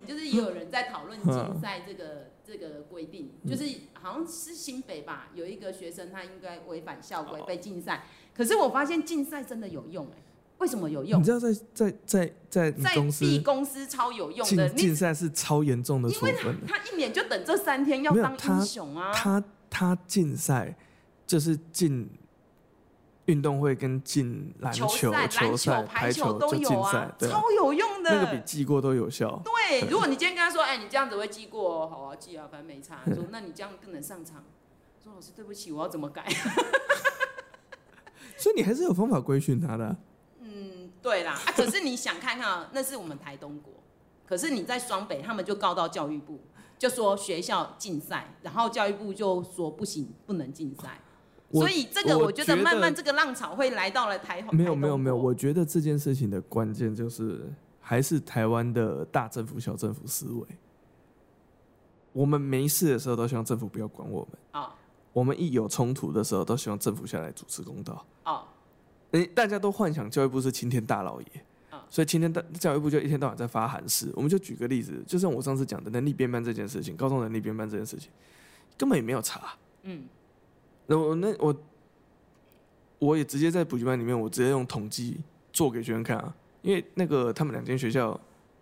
[SPEAKER 1] 就是也有人在讨
[SPEAKER 2] 嗯
[SPEAKER 1] 论竞赛这个这个规定，就是好像是新北吧，有一个学生他应该违反校
[SPEAKER 2] 哦
[SPEAKER 1] 规被禁赛，可是我发现竞赛真的有用哎、为什么有用
[SPEAKER 2] 你？知道在在在在你
[SPEAKER 1] 在
[SPEAKER 2] 公
[SPEAKER 1] B
[SPEAKER 2] 司
[SPEAKER 1] 公司超有用的，
[SPEAKER 2] 竞
[SPEAKER 1] 你
[SPEAKER 2] 竞赛是超严重的处分的。
[SPEAKER 1] 他一年就等这三天要
[SPEAKER 2] 没有
[SPEAKER 1] 当
[SPEAKER 2] 他
[SPEAKER 1] 英雄啊！
[SPEAKER 2] 他他竞赛就是进运动会跟进篮球、
[SPEAKER 1] 球赛、
[SPEAKER 2] 球
[SPEAKER 1] 篮
[SPEAKER 2] 赛、
[SPEAKER 1] 排
[SPEAKER 2] 排球
[SPEAKER 1] 都
[SPEAKER 2] 就
[SPEAKER 1] 有
[SPEAKER 2] 竞赛
[SPEAKER 1] 啊，，
[SPEAKER 2] 对啊、
[SPEAKER 1] 超有用的。
[SPEAKER 2] 那个比记过都有效。
[SPEAKER 1] 对，如果你今天跟他说，哎，你这样子会记过哦，好啊，记啊，反正没 差。说，那你这样更能上场。说老师，对不起，我要怎么改？
[SPEAKER 2] 所以你还是有方法规训他的啊、
[SPEAKER 1] 嗯，对啦，啊，可是你想看看啊，那是我们台东国，可是你在双北，他们就告到教育部，就说学校禁赛，然后教育部就说不行，不能禁赛。
[SPEAKER 2] 我
[SPEAKER 1] 所以这个
[SPEAKER 2] 我
[SPEAKER 1] 我觉得
[SPEAKER 2] 觉得
[SPEAKER 1] 慢慢这个浪潮会来到了台
[SPEAKER 2] 没有没
[SPEAKER 1] 台东国
[SPEAKER 2] 有没有，我觉得这件事情的关键就是还是台湾的大政府小政府思维。我们没事的时候都希望政府不要管我们，
[SPEAKER 1] 哦
[SPEAKER 2] 我们一有冲突的时候都希望政府下来主持公道。
[SPEAKER 1] 哦，
[SPEAKER 2] 诶，大家都幻想教育部是青天大老爷，
[SPEAKER 1] 啊
[SPEAKER 2] 所以青天大教育部就一天到晚在发函示。我们就举个例子，就像我上次讲的能力编班这件事情，高中能力编班这件事情，根本也没有查。
[SPEAKER 1] 嗯，
[SPEAKER 2] 那我那我我也直接在补习班里面，我直接用统计做给学生看啊，因为那个他们两间学校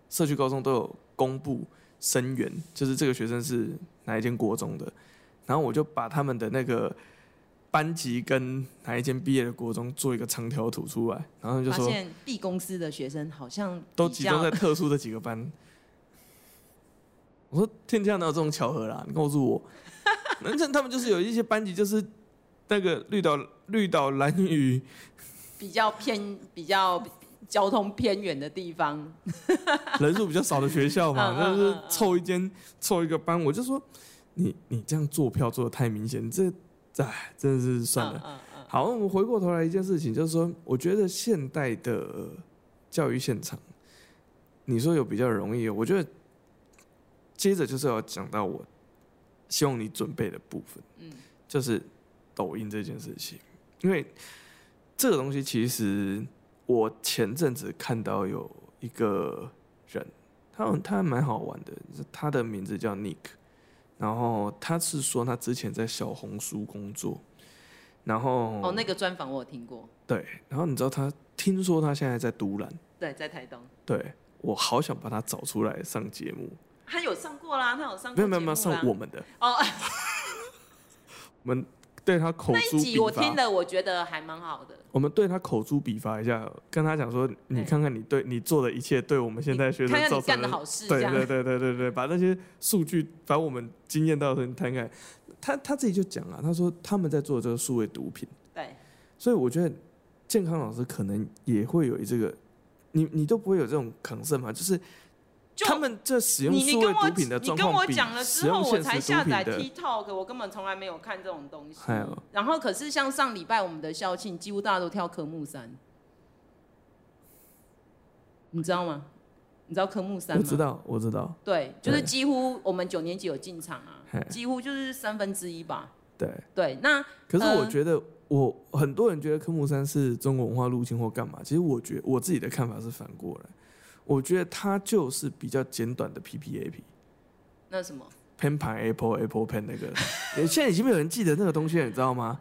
[SPEAKER 2] 社区高中都有公布生源，就是这个学生是哪一间国中的，然后我就把他们的那个班级跟哪一间毕业的国中做一个长条图出来，然后就
[SPEAKER 1] 发
[SPEAKER 2] 说
[SPEAKER 1] 现 B 公司的学生好像
[SPEAKER 2] 都
[SPEAKER 1] 比
[SPEAKER 2] 集
[SPEAKER 1] 较
[SPEAKER 2] 中在特殊的几个班。我说天底下哪有这种巧合啦？你告诉我， 那这他们就是有一些班级就是那个绿岛、绿岛、蓝屿，
[SPEAKER 1] 比较偏、比较交通偏远的地方，
[SPEAKER 2] 人数比较少的学校嘛，
[SPEAKER 1] 嗯嗯
[SPEAKER 2] 那就是
[SPEAKER 1] 嗯嗯
[SPEAKER 2] 凑一间凑一个班。我就说你你这样做票做的太明显，这哎真的是算了。
[SPEAKER 1] 嗯嗯
[SPEAKER 2] 好，我们回过头来一件事情，就是说，我觉得现代的呃教育现场，你说有比较容易，我觉得接着就是要讲到我希望你准备的部分，
[SPEAKER 1] 嗯嗯，
[SPEAKER 2] 就是抖音这件事情，因为这个东西其实我前阵子看到有一个人，他他还蛮好玩的，他的名字叫 Nick，然后他是说他之前在小红书工作，然后
[SPEAKER 1] 哦，那个专访我有听过，
[SPEAKER 2] 对，然后你知道他听说他现在在独揽，
[SPEAKER 1] 对，在台东，
[SPEAKER 2] 对我好想把他找出来上节目，
[SPEAKER 1] 他有上过啦，他有上过
[SPEAKER 2] 没有没有没有
[SPEAKER 1] 节目啦
[SPEAKER 2] 上我们的，
[SPEAKER 1] 哦，
[SPEAKER 2] 我们对他口
[SPEAKER 1] 那
[SPEAKER 2] 诛
[SPEAKER 1] 一
[SPEAKER 2] 笔
[SPEAKER 1] 集我听
[SPEAKER 2] 伐，
[SPEAKER 1] 了，我觉得还蛮好的。
[SPEAKER 2] 我们对他口诛笔伐一下，跟他讲说，你看看你对你做的一切对我们现在学
[SPEAKER 1] 看
[SPEAKER 2] 生
[SPEAKER 1] 看
[SPEAKER 2] 造
[SPEAKER 1] 你干
[SPEAKER 2] 成
[SPEAKER 1] 的
[SPEAKER 2] 的
[SPEAKER 1] 好事，这
[SPEAKER 2] 对
[SPEAKER 1] 样
[SPEAKER 2] 对对对对对，把那些数据，把我们经验到的东西摊开。他他自己就讲啊，他说他们在做这个数位毒品，
[SPEAKER 1] 对
[SPEAKER 2] 所以我觉得健康老师可能也会有这个，你你都不会有这种 concern 嘛，就是
[SPEAKER 1] 就
[SPEAKER 2] 他们这使用
[SPEAKER 1] 你
[SPEAKER 2] 数
[SPEAKER 1] 你
[SPEAKER 2] 位
[SPEAKER 1] 跟我
[SPEAKER 2] 毒品的
[SPEAKER 1] 你
[SPEAKER 2] 状
[SPEAKER 1] 跟我
[SPEAKER 2] 况比
[SPEAKER 1] 讲了
[SPEAKER 2] 使
[SPEAKER 1] 之后，
[SPEAKER 2] 用
[SPEAKER 1] 我
[SPEAKER 2] 现
[SPEAKER 1] 才
[SPEAKER 2] 实
[SPEAKER 1] 下
[SPEAKER 2] 毒
[SPEAKER 1] 载
[SPEAKER 2] 品的，哎
[SPEAKER 1] TikTok，我根本从来没有看这种东西
[SPEAKER 2] 还有。
[SPEAKER 1] 然后可是像上礼拜我们的校庆，几乎大家都跳科目三，你知道吗？你知道科目三
[SPEAKER 2] 我
[SPEAKER 1] 吗？
[SPEAKER 2] 知道哎我知道，
[SPEAKER 1] 对，就是
[SPEAKER 2] 对
[SPEAKER 1] 几乎我们九年级有进场啊
[SPEAKER 2] 嘿，
[SPEAKER 1] 几乎就是三分之一吧。
[SPEAKER 2] 对。
[SPEAKER 1] 对，那
[SPEAKER 2] 可是我
[SPEAKER 1] 嗯
[SPEAKER 2] 觉得我、很多人觉得科目三是中国文化入侵或干嘛，其实我觉我自己的看法是反过来，我觉得它就是比较简短的 PPAP。
[SPEAKER 1] 那什么？
[SPEAKER 2] Pen 盘 Apple Apple Pen 那个，也现在已经没有人记得那个东西了，你知道吗？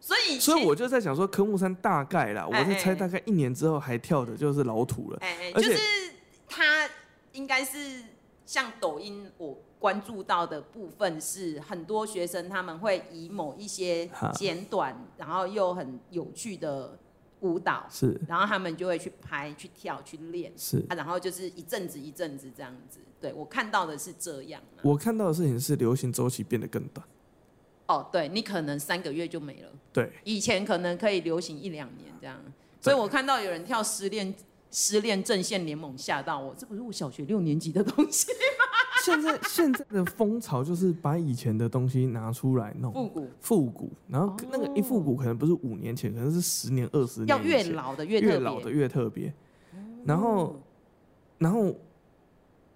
[SPEAKER 1] 所以
[SPEAKER 2] 所以
[SPEAKER 1] 其
[SPEAKER 2] 我就在想说，科目三大概啦，我
[SPEAKER 1] 哎
[SPEAKER 2] 在
[SPEAKER 1] 哎
[SPEAKER 2] 猜
[SPEAKER 1] 哎
[SPEAKER 2] 大概一年之后还跳的就是老土了。
[SPEAKER 1] 哎，哎
[SPEAKER 2] 而
[SPEAKER 1] 就
[SPEAKER 2] 且
[SPEAKER 1] 是他应该是像抖音，我关注到的部分是很多学生他们会以某一些
[SPEAKER 2] 哈
[SPEAKER 1] 简短，然后又很有趣的舞蹈，
[SPEAKER 2] 是
[SPEAKER 1] 然后他们就会去拍、去跳、去练
[SPEAKER 2] 是，
[SPEAKER 1] 啊，然后就是一阵子一阵子这样子。对我看到的是这样、啊。
[SPEAKER 2] 我看到的事情是流行周期变得更短，
[SPEAKER 1] 哦，对你可能三个月就没了，
[SPEAKER 2] 对，
[SPEAKER 1] 以前可能可以流行一两年这样。所以我看到有人跳失恋。失恋阵线联盟吓到我，这不是我小学六年级的东西。
[SPEAKER 2] 现在现在的风潮就是把以前的东西拿出来弄。
[SPEAKER 1] 复古哦
[SPEAKER 2] 复古，然后那个一复古可能不是五年前，可能是十年、二十年以前，
[SPEAKER 1] 要越老的越特
[SPEAKER 2] 越
[SPEAKER 1] 别，哦
[SPEAKER 2] 老的越特别。然后，然后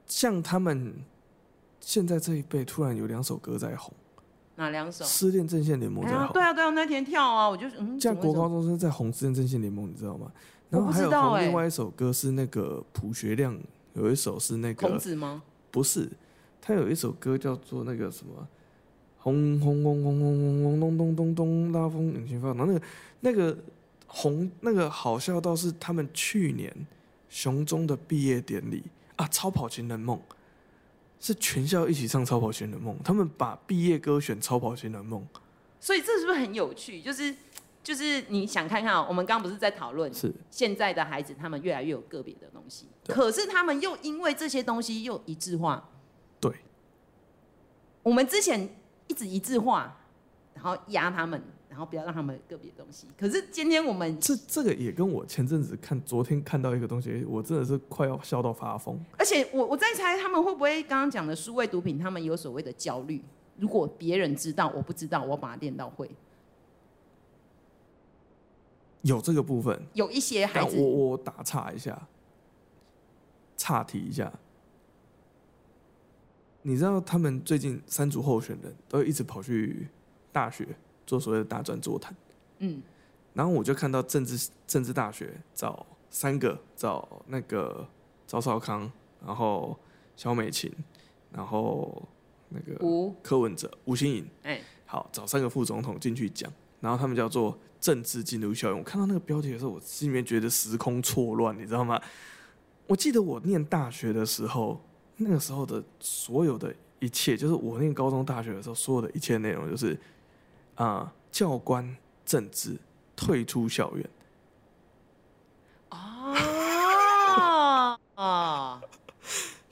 [SPEAKER 2] 像他们现在这一辈，突然有两首歌在红，
[SPEAKER 1] 哪两首？
[SPEAKER 2] 《失恋阵线联盟》
[SPEAKER 1] 哎
[SPEAKER 2] 在
[SPEAKER 1] 呀，
[SPEAKER 2] 红
[SPEAKER 1] 对，啊对啊，那天跳啊，我就嗯，怎
[SPEAKER 2] 像
[SPEAKER 1] 么
[SPEAKER 2] 国
[SPEAKER 1] 会
[SPEAKER 2] 高中生在红《失恋阵线联盟》，你知道吗？
[SPEAKER 1] 我
[SPEAKER 2] 然后
[SPEAKER 1] 不
[SPEAKER 2] 还
[SPEAKER 1] 知
[SPEAKER 2] 有
[SPEAKER 1] 道
[SPEAKER 2] 红
[SPEAKER 1] 哎
[SPEAKER 2] 另外一首歌是那个朴学亮，有一首是那
[SPEAKER 1] 这样孔
[SPEAKER 2] 个
[SPEAKER 1] 子吗？
[SPEAKER 2] 不是，他有一首歌叫做那个什么。轰轰轰轰轰轰轰咚咚咚咚，拉风引擎发动。然后那个那个红那个好笑到是他们去年熊中的毕业典礼啊，《超跑情人梦》是全校一起唱《超跑情人梦》，他们把毕业歌选《超跑情人梦》
[SPEAKER 1] 所以这是不是很有趣？就是就是你想看看、哦，我们刚刚不是在讨论
[SPEAKER 2] 是
[SPEAKER 1] 现在的孩子，他们越来越有个别的东西，
[SPEAKER 2] 对
[SPEAKER 1] 可是他们又因为这些东西又一致化。
[SPEAKER 2] 对，
[SPEAKER 1] 我们之前一直一致化，然后压他们，然后不要让他们有个别的东西。可是今天我们
[SPEAKER 2] 这这个也跟我前阵子看昨天看到一个东西，我真的是快要笑到发疯。
[SPEAKER 1] 而且我我在猜他们会不会刚刚讲的数位毒品，他们有所谓的焦虑。如果别人知道，我不知道，我把它练到会，
[SPEAKER 2] 有这个部分，
[SPEAKER 1] 有一些
[SPEAKER 2] 但
[SPEAKER 1] 孩
[SPEAKER 2] 我
[SPEAKER 1] 子
[SPEAKER 2] 我打岔一下，岔题一下。你知道他们最近三组候选人都一直跑去大学做所谓的大专座谈，
[SPEAKER 1] 嗯，
[SPEAKER 2] 然后我就看到政治政治大学找三个，找那个赵少康，然后萧美琴，然后那个
[SPEAKER 1] 无
[SPEAKER 2] 柯文哲、吴欣颖，
[SPEAKER 1] 哎
[SPEAKER 2] 好，找三个副总统进去讲，然后他们叫做政治进入效应。我看到那个标题的时候，我心里面觉得时空错乱，你知道吗？我记得我念大学的时候，那个时候的所有的一切，就是我念高中、大学的时候，所有的一切内容就是，啊、教官政治退出校园，
[SPEAKER 1] 哦 哦，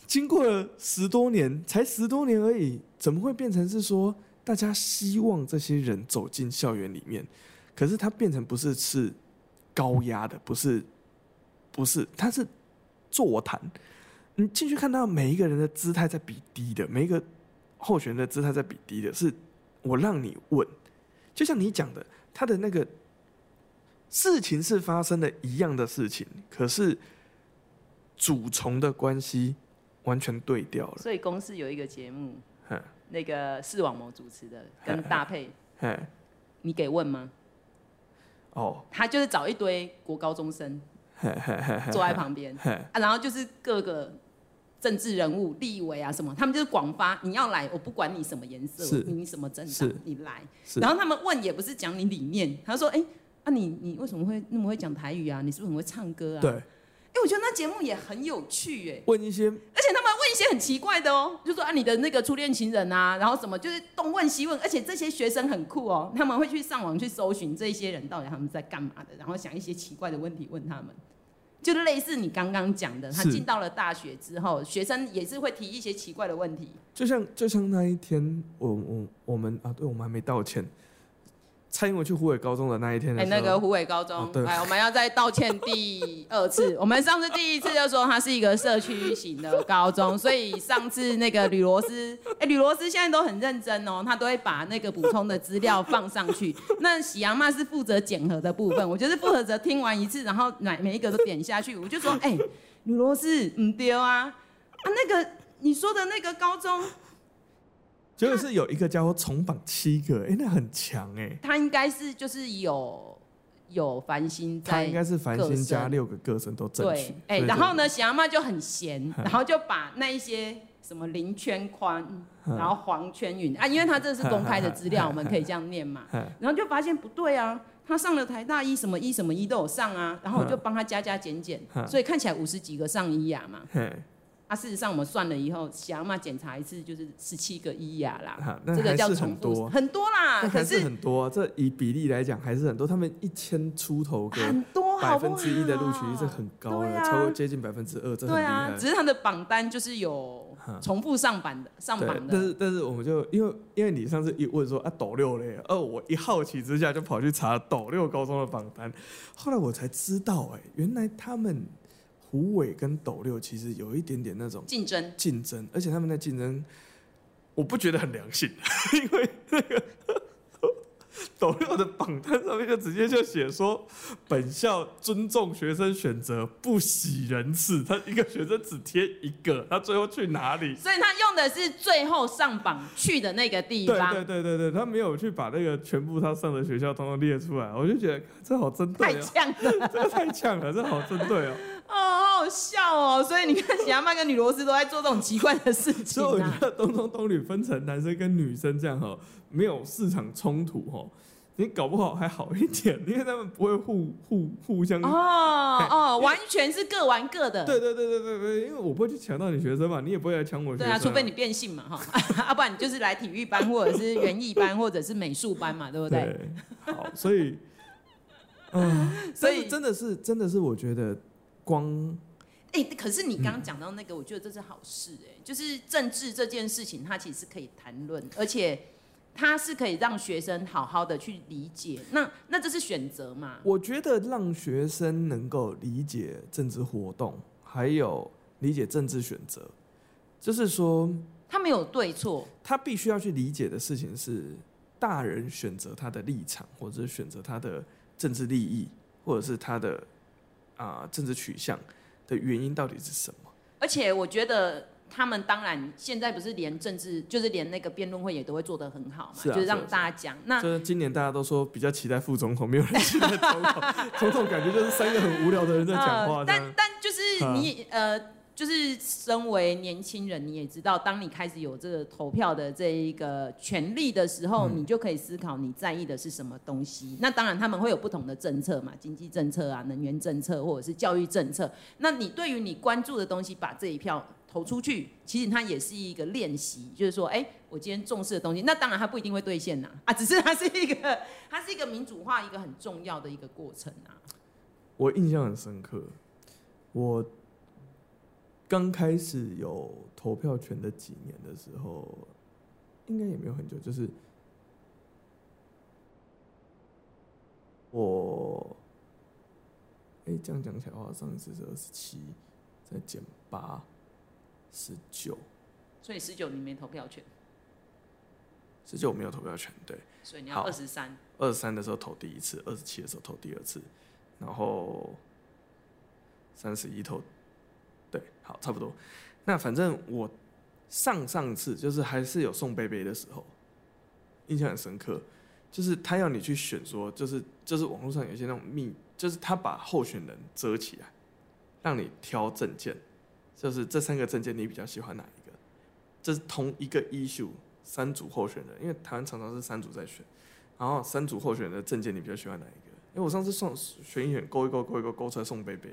[SPEAKER 2] 经过了十多年，才十多年而已，怎么会变成是说大家希望这些人走进校园里面？可是它变成不是是高压的，不是不是，它是座谈。你进去看到每一个人的姿态在比低的，每一个候选人的姿态在比低的，是我让你问，就像你讲的，他的那个事情是发生了一样的事情，可是主从的关系完全对调了。
[SPEAKER 1] 所以公司有一个节目
[SPEAKER 2] 嗯，
[SPEAKER 1] 那个视网膜主持的，跟搭配，
[SPEAKER 2] 嘿，
[SPEAKER 1] 你给问吗？
[SPEAKER 2] 哦，
[SPEAKER 1] 他就是找一堆国高中生
[SPEAKER 2] 嘿嘿嘿嘿，
[SPEAKER 1] 坐在旁边，啊，然后就是各个政治人物、立委啊什么，他们就是广发，你要来，我不管你什么颜色
[SPEAKER 2] 是，
[SPEAKER 1] 你什么政党
[SPEAKER 2] 是，
[SPEAKER 1] 你来。
[SPEAKER 2] 是
[SPEAKER 1] 然后他们问也不是讲你理念，他说，哎、啊你你为什么会那么会讲台语啊？你是不是很会唱歌啊？
[SPEAKER 2] 对，
[SPEAKER 1] 哎、我觉得那节目也很有趣耶、
[SPEAKER 2] 问一些
[SPEAKER 1] 而且他们问一些很奇怪的哦，就说啊你的那个初恋情人啊，然后什么就是东问西问，而且这些学生很酷哦，他们会去上网去搜寻这一些人到底他们在干嘛的，然后想一些奇怪的问题问他们，就类似你刚刚讲的，他
[SPEAKER 2] 是
[SPEAKER 1] 进到了大学之后，学生也是会提一些奇怪的问题，
[SPEAKER 2] 就像就像那一天，我我我们啊，对我们还没道歉。蔡英文去湖北高中的那一天
[SPEAKER 1] 哎、
[SPEAKER 2] 的时候，
[SPEAKER 1] 那个湖北高中，哎
[SPEAKER 2] 哦对
[SPEAKER 1] 来，我们要再道歉第二次。我们上次第一次就说它是一个社区型的高中，所以上次那个吕罗斯，哎、吕罗斯现在都很认真哦，他都会把那个补充的资料放上去。那喜羊妈是负责检核的部分，我就是负责者听完一次，然后每每一个都点下去，我就说，哎、吕罗斯，唔丢啊，啊那个你说的那个高中，
[SPEAKER 2] 结果是有一个家伙重榜七个，哎、那很强哎、
[SPEAKER 1] 他应该是就是有有繁星
[SPEAKER 2] 他
[SPEAKER 1] 在
[SPEAKER 2] 应该是繁
[SPEAKER 1] 各
[SPEAKER 2] 星
[SPEAKER 1] 生
[SPEAKER 2] 加六个个神都争取
[SPEAKER 1] 对，。哎、
[SPEAKER 2] 所以
[SPEAKER 1] 然
[SPEAKER 2] 就
[SPEAKER 1] 后呢，喜阿妈就很 闲，然后就把那一些什么零圈宽，
[SPEAKER 2] 嗯
[SPEAKER 1] 然后黄圈云啊，因为他这是公开的资 料，我们可以这样念嘛
[SPEAKER 2] 嗯。
[SPEAKER 1] 然后就发现不对啊，他上了台大一什么一什么一都有上啊，然后我就帮他加加减减，
[SPEAKER 2] 嗯
[SPEAKER 1] 所以看起来五十几个上一雅嘛。
[SPEAKER 2] 嘿，
[SPEAKER 1] 啊，事实上我们算了以后，喜阿妈检查一次就是十七个一雅啦，
[SPEAKER 2] 哈那
[SPEAKER 1] 啊这个
[SPEAKER 2] 还
[SPEAKER 1] 叫
[SPEAKER 2] 是
[SPEAKER 1] 重
[SPEAKER 2] 很
[SPEAKER 1] 复，
[SPEAKER 2] 多，
[SPEAKER 1] 很多啦，
[SPEAKER 2] 那
[SPEAKER 1] 可
[SPEAKER 2] 还是
[SPEAKER 1] 是
[SPEAKER 2] 很多、啊。这以比例来讲还是很多，他们一千出头个，
[SPEAKER 1] 很多
[SPEAKER 2] 百
[SPEAKER 1] 啊好不
[SPEAKER 2] 分
[SPEAKER 1] 好？
[SPEAKER 2] 之一的录取率这很高
[SPEAKER 1] 对
[SPEAKER 2] 了，
[SPEAKER 1] 啊
[SPEAKER 2] 超过接近百分之二，这很
[SPEAKER 1] 对
[SPEAKER 2] 厉
[SPEAKER 1] 啊
[SPEAKER 2] 害，。
[SPEAKER 1] 只是他的榜单就是有重复上榜的，上
[SPEAKER 2] 对
[SPEAKER 1] 榜，
[SPEAKER 2] 但
[SPEAKER 1] 的。
[SPEAKER 2] 是但是我们就因为因为你上次一问说啊斗六嘞，哦，我一好奇之下就跑去查斗六高中的榜单，后来我才知道哎、原来他们虎尾跟斗六其实有一点点那种
[SPEAKER 1] 竞争
[SPEAKER 2] 竞争，而且他们在竞争，我不觉得很良性， 因为那个斗六的榜单上面就直接就写说，本校尊重学生选择，不喜人次。他一个学生只贴一个，他最后去哪里？
[SPEAKER 1] 所以他用的是最后上榜去的那个地
[SPEAKER 2] 对
[SPEAKER 1] 方，
[SPEAKER 2] 对对对对，他没有去把那个全部他上的学校通通列出来，我就觉得这好针
[SPEAKER 1] 太
[SPEAKER 2] 对哦，
[SPEAKER 1] 呛了，
[SPEAKER 2] 这个太呛了，这好针对哦。
[SPEAKER 1] 哦，好好笑哦。所以你看，喜阿曼跟女罗斯都在做这种奇怪的事情
[SPEAKER 2] 所以我
[SPEAKER 1] 啊
[SPEAKER 2] 觉。得东东东女分成男生跟女生这样哈，没有市场冲突哈，你搞不好还好一点，因为他们不会互互互相。
[SPEAKER 1] 哦哦，完全是各玩各的。
[SPEAKER 2] 对对对对对对，因为我不会去抢到你学生嘛，你也不会来抢我学
[SPEAKER 1] 对
[SPEAKER 2] 生、
[SPEAKER 1] 啊，除非你变性嘛哈， 啊要不然你就是来体育班或者是园艺班或者是美术班嘛，对不对？
[SPEAKER 2] 对。好，所以，嗯，
[SPEAKER 1] 所
[SPEAKER 2] 所
[SPEAKER 1] 以
[SPEAKER 2] 以真的是真的是，我觉得光
[SPEAKER 1] 哎、可是你刚
[SPEAKER 2] 嗯
[SPEAKER 1] 刚讲到那个，我觉得这是好事哎、就是政治这件事情，它其实是可以谈论，而且它是可以让学生好好的去理解。那那这是选择嘛？
[SPEAKER 2] 我觉得让学生能够理解政治活动，还有理解政治选择，就是说，
[SPEAKER 1] 它没有对错，
[SPEAKER 2] 他必须要去理解的事情是，大人选择他的立场，或者是选择他的政治利益，或者是他的啊、政治取向的原因到底是什么？
[SPEAKER 1] 而且我觉得他们当然现在不是连政治，就是连那个辩论会也都会做得很好嘛，
[SPEAKER 2] 是啊
[SPEAKER 1] 就是
[SPEAKER 2] 是
[SPEAKER 1] 让
[SPEAKER 2] 啊
[SPEAKER 1] 大家讲。那
[SPEAKER 2] 这今年大家都说比较期待副总统，没有人期待 总统，总统感觉就是三个很无聊的人在讲话
[SPEAKER 1] 呃，
[SPEAKER 2] 这
[SPEAKER 1] 但
[SPEAKER 2] 样。
[SPEAKER 1] 但就是你、呃，就是身为年轻人，你也知道，当你开始有这个投票的这一个权利的时候，你就可以思考你在意的是什么东西。那当然他们会有不同的政策嘛，经济政策啊、能源政策或者是教育政策。那你对于你关注的东西，把这一票。投出去，其实它也是一个练习，就是说，哎、我今天重视的东西，那当然它不一定会兑现呐、啊，只是它是一个，它是一个民主化一个很重要的一个过程啊。
[SPEAKER 2] 我印象很深刻，我刚开始有投票权的几年的时候，应该也没有很久，就是我，哎、这样讲起来的话，上一次是二十七，再减八，十九，
[SPEAKER 1] 所以十九你没投票权，
[SPEAKER 2] 十九我没有投票权，对，
[SPEAKER 1] 所以你要
[SPEAKER 2] 好
[SPEAKER 1] 二十三。
[SPEAKER 2] 二十三的时候投第一次，二十七的时候投第二次，然后三十一投，对，好，差不多。那反正我上上次就是还是有送贝贝的时候，印象很深刻，就是他要你去选说，就是就是网络上有一些那种密，就是他把候选人遮起来，让你挑证件，就是这三个证件你比较喜欢哪一个？这是同一个 issue 三组候选人，因为台湾常常是三组在选，然后三组候选人的证件你比较喜欢哪一个？因为我上次送选一选勾一勾勾一勾勾出来送贝贝，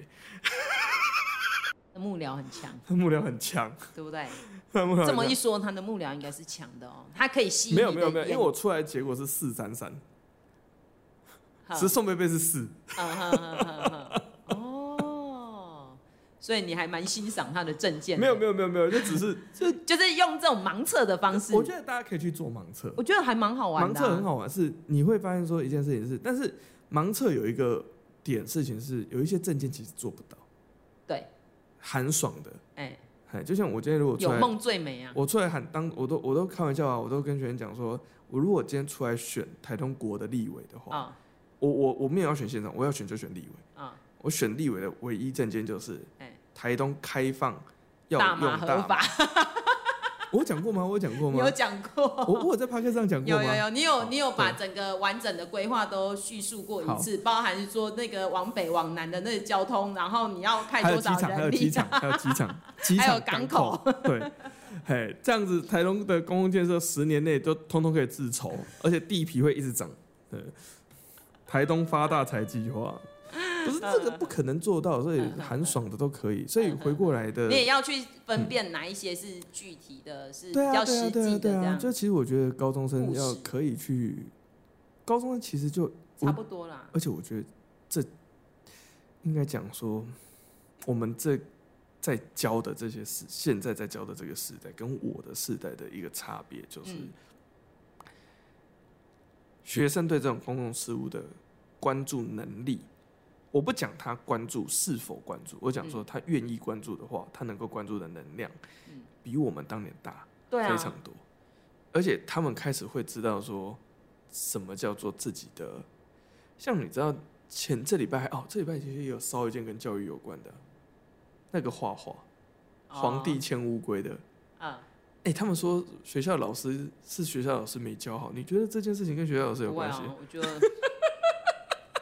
[SPEAKER 1] 幕僚很强，
[SPEAKER 2] 他幕僚很强，
[SPEAKER 1] 对不对？
[SPEAKER 2] 他幕僚很
[SPEAKER 1] 这么
[SPEAKER 2] 强
[SPEAKER 1] 一说，他的幕僚应该是强的哦，他可以吸引
[SPEAKER 2] 没有
[SPEAKER 1] 你
[SPEAKER 2] 没
[SPEAKER 1] 的
[SPEAKER 2] 有没有，因
[SPEAKER 1] 眼
[SPEAKER 2] 为我出来的结果是四三三，
[SPEAKER 1] 好
[SPEAKER 2] 只是宋贝贝是四，
[SPEAKER 1] 嗯哼哼哼哼哦，所以你还蛮欣赏他的证件的，
[SPEAKER 2] 没有没有没有没有，就只是就
[SPEAKER 1] 就是用 这种盲测的方式，
[SPEAKER 2] 我觉得大家可以去做盲测，
[SPEAKER 1] 我觉得还蛮好玩
[SPEAKER 2] 盲
[SPEAKER 1] 的、
[SPEAKER 2] 测很
[SPEAKER 1] 啊。
[SPEAKER 2] 好玩，是你会发现说一件事情是，但是盲测有一个点事情是，有一些证件其实做不到，
[SPEAKER 1] 对，
[SPEAKER 2] 寒爽的，
[SPEAKER 1] 哎，
[SPEAKER 2] 哎，就像我今天如果出
[SPEAKER 1] 有
[SPEAKER 2] 来，
[SPEAKER 1] 梦最美啊！
[SPEAKER 2] 我出来喊当，我都我都开玩笑啊，我都跟学员讲说，我如果今天出来选台东国的立委的话，
[SPEAKER 1] 啊
[SPEAKER 2] 我我我没有要选县长，我要选就选立委，
[SPEAKER 1] 啊，
[SPEAKER 2] 我选立委的唯一证件就是
[SPEAKER 1] 哎，
[SPEAKER 2] 台东开放要
[SPEAKER 1] 大
[SPEAKER 2] 用
[SPEAKER 1] 麻
[SPEAKER 2] 大
[SPEAKER 1] 合
[SPEAKER 2] 麻
[SPEAKER 1] 法，，
[SPEAKER 2] 我有讲过吗？我有讲过
[SPEAKER 1] 你
[SPEAKER 2] 吗
[SPEAKER 1] 有？讲
[SPEAKER 2] 我
[SPEAKER 1] 过。
[SPEAKER 2] 我有在 p o c a s t 上讲过
[SPEAKER 1] 有
[SPEAKER 2] 吗？
[SPEAKER 1] 有有，你有你有把
[SPEAKER 2] 对
[SPEAKER 1] 整个完整的规划都叙述过
[SPEAKER 2] 好
[SPEAKER 1] 一次，包含说那个往北往南的那个交通，然后你要开
[SPEAKER 2] 还有
[SPEAKER 1] 多
[SPEAKER 2] 机
[SPEAKER 1] 少
[SPEAKER 2] 场，还有
[SPEAKER 1] 人
[SPEAKER 2] 机
[SPEAKER 1] 力，
[SPEAKER 2] 场，还有机 场，机场
[SPEAKER 1] 还有港口
[SPEAKER 2] 口，对，嘿，这样子台东的公共建设十年内都通通可以自筹，而且地皮会一直涨。对，台东发大财计划，不是这个不可能做到，所以很爽的都可以。所以回过来的嗯
[SPEAKER 1] 你，也要去分辨哪一些是具体的，是比
[SPEAKER 2] 对啊，
[SPEAKER 1] 较
[SPEAKER 2] 对啊，
[SPEAKER 1] 实
[SPEAKER 2] 对
[SPEAKER 1] 际
[SPEAKER 2] 啊，
[SPEAKER 1] 的这
[SPEAKER 2] 对啊，
[SPEAKER 1] 样，
[SPEAKER 2] 就其实我觉得高中生
[SPEAKER 1] 务实
[SPEAKER 2] 要可以去，高中生其实就
[SPEAKER 1] 差不多啦。
[SPEAKER 2] 而且我觉得这应该讲说，我们这在教的这些事，现在在教的这个时代，跟我的时代的一个差别就是，
[SPEAKER 1] 嗯
[SPEAKER 2] 学生对这种公共事务的关注能力，我不讲他关注是否关注，我讲说他愿意关注的话，他能够关注的能量
[SPEAKER 1] 嗯，
[SPEAKER 2] 比我们当年大
[SPEAKER 1] 对
[SPEAKER 2] 非
[SPEAKER 1] 啊，
[SPEAKER 2] 常多，而且他们开始会知道说什么叫做自己的，像你知道前这礼拜哦，这礼拜其实也有烧一件跟教育有关的那个画画，皇帝
[SPEAKER 1] 哦
[SPEAKER 2] 牵乌龟的，
[SPEAKER 1] 啊，
[SPEAKER 2] 哎、他们说学校老师是学校老师没教好，你觉得这件事情跟学校老师有
[SPEAKER 1] 不会
[SPEAKER 2] 关
[SPEAKER 1] 啊
[SPEAKER 2] 系？，
[SPEAKER 1] 我觉得，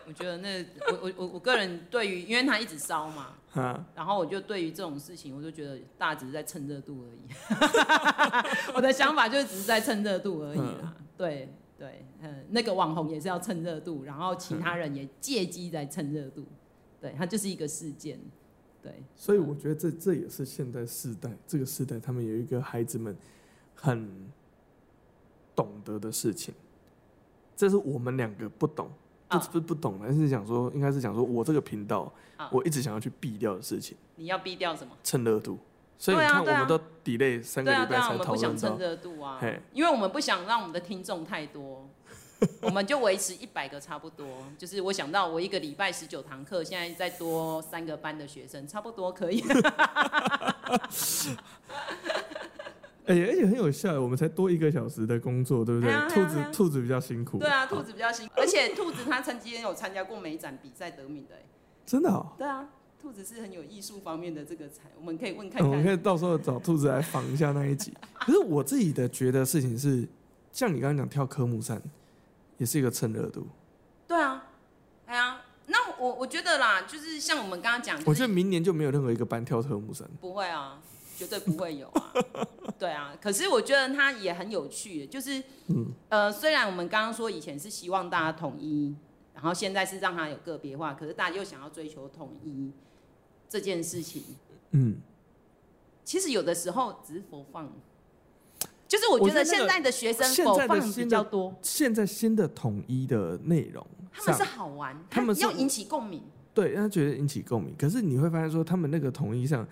[SPEAKER 1] 我觉得那我我我我个人对于，因为他一直烧嘛，
[SPEAKER 2] 哈，
[SPEAKER 1] 然后我就对于这种事情，我就觉得大家只是在蹭热度而已。 我的想法就是只是在蹭热度而已啦。对对，嗯，那个网红也是要蹭热度，然后其他人也借机在蹭热度。对，它就是一个事件。对，
[SPEAKER 2] 所以我觉得这这也是现代世代这个世代，他们有一个孩子们很懂得的事情，这是我们两个不懂，不
[SPEAKER 1] 啊
[SPEAKER 2] 不不懂的，是讲说应该是讲说我这个频道
[SPEAKER 1] 啊，
[SPEAKER 2] 我一直想要去避掉的事情，
[SPEAKER 1] 你要逼掉什么？
[SPEAKER 2] 蹭热度。所以你
[SPEAKER 1] 对啊
[SPEAKER 2] 看，我
[SPEAKER 1] 对啊
[SPEAKER 2] 们都 delay 三个
[SPEAKER 1] 对啊，
[SPEAKER 2] 礼
[SPEAKER 1] 对
[SPEAKER 2] 拜
[SPEAKER 1] 啊，我
[SPEAKER 2] 才
[SPEAKER 1] 们
[SPEAKER 2] 讨
[SPEAKER 1] 不想
[SPEAKER 2] 论
[SPEAKER 1] 蹭
[SPEAKER 2] 到，
[SPEAKER 1] 热度啊
[SPEAKER 2] 嘿，
[SPEAKER 1] 因为我们不想让我们的听众太 多，我们就维持一百个差不多。就是我想到我一个礼拜十九堂课，现在再多三个班的学生，差不多 可以。
[SPEAKER 2] 哎、而且很有效，我们才多一个小时的工作，对不对？
[SPEAKER 1] 哎呀哎
[SPEAKER 2] 兔
[SPEAKER 1] 呀
[SPEAKER 2] 子、
[SPEAKER 1] 哎呀
[SPEAKER 2] 兔子比较辛苦，
[SPEAKER 1] 对 啊，兔子比较辛苦，而且兔子它曾经有参加过美展比赛得名的、欸。
[SPEAKER 2] 真的、哦。
[SPEAKER 1] 对啊，兔子是很有艺术方面的这个才，我们可以问看
[SPEAKER 2] 嗯我们可
[SPEAKER 1] 看。
[SPEAKER 2] 以到时候找兔子来仿一下那 一集。可是我自己的觉得事情是，像你刚刚讲跳科目三，也是一个蹭热度。
[SPEAKER 1] 对啊，哎呀，那我我觉得啦，就是像我们刚刚讲，
[SPEAKER 2] 我觉得明年就没有任何一个班跳科目三。
[SPEAKER 1] 不会啊，绝对不会有啊。 对啊，可是我觉得它也很有趣，就是，
[SPEAKER 2] 嗯
[SPEAKER 1] 呃，虽然我们刚刚说以前是希望大家统一，然后现在是让它有个别化，可是大家又想要追求统一这件事情，
[SPEAKER 2] 嗯，
[SPEAKER 1] 其实有的时候只是佛放，就是我
[SPEAKER 2] 我
[SPEAKER 1] 觉得
[SPEAKER 2] 觉得那个
[SPEAKER 1] 现在的学生
[SPEAKER 2] 现
[SPEAKER 1] 佛
[SPEAKER 2] 在的
[SPEAKER 1] 放
[SPEAKER 2] 新
[SPEAKER 1] 比
[SPEAKER 2] 的
[SPEAKER 1] 较多，
[SPEAKER 2] 现在新的统一的内容
[SPEAKER 1] 他们
[SPEAKER 2] 上
[SPEAKER 1] 是，好玩，
[SPEAKER 2] 他们是
[SPEAKER 1] 要引起共鸣，
[SPEAKER 2] 对，让他觉得引起共鸣。可是你会发现说，他们那个统一上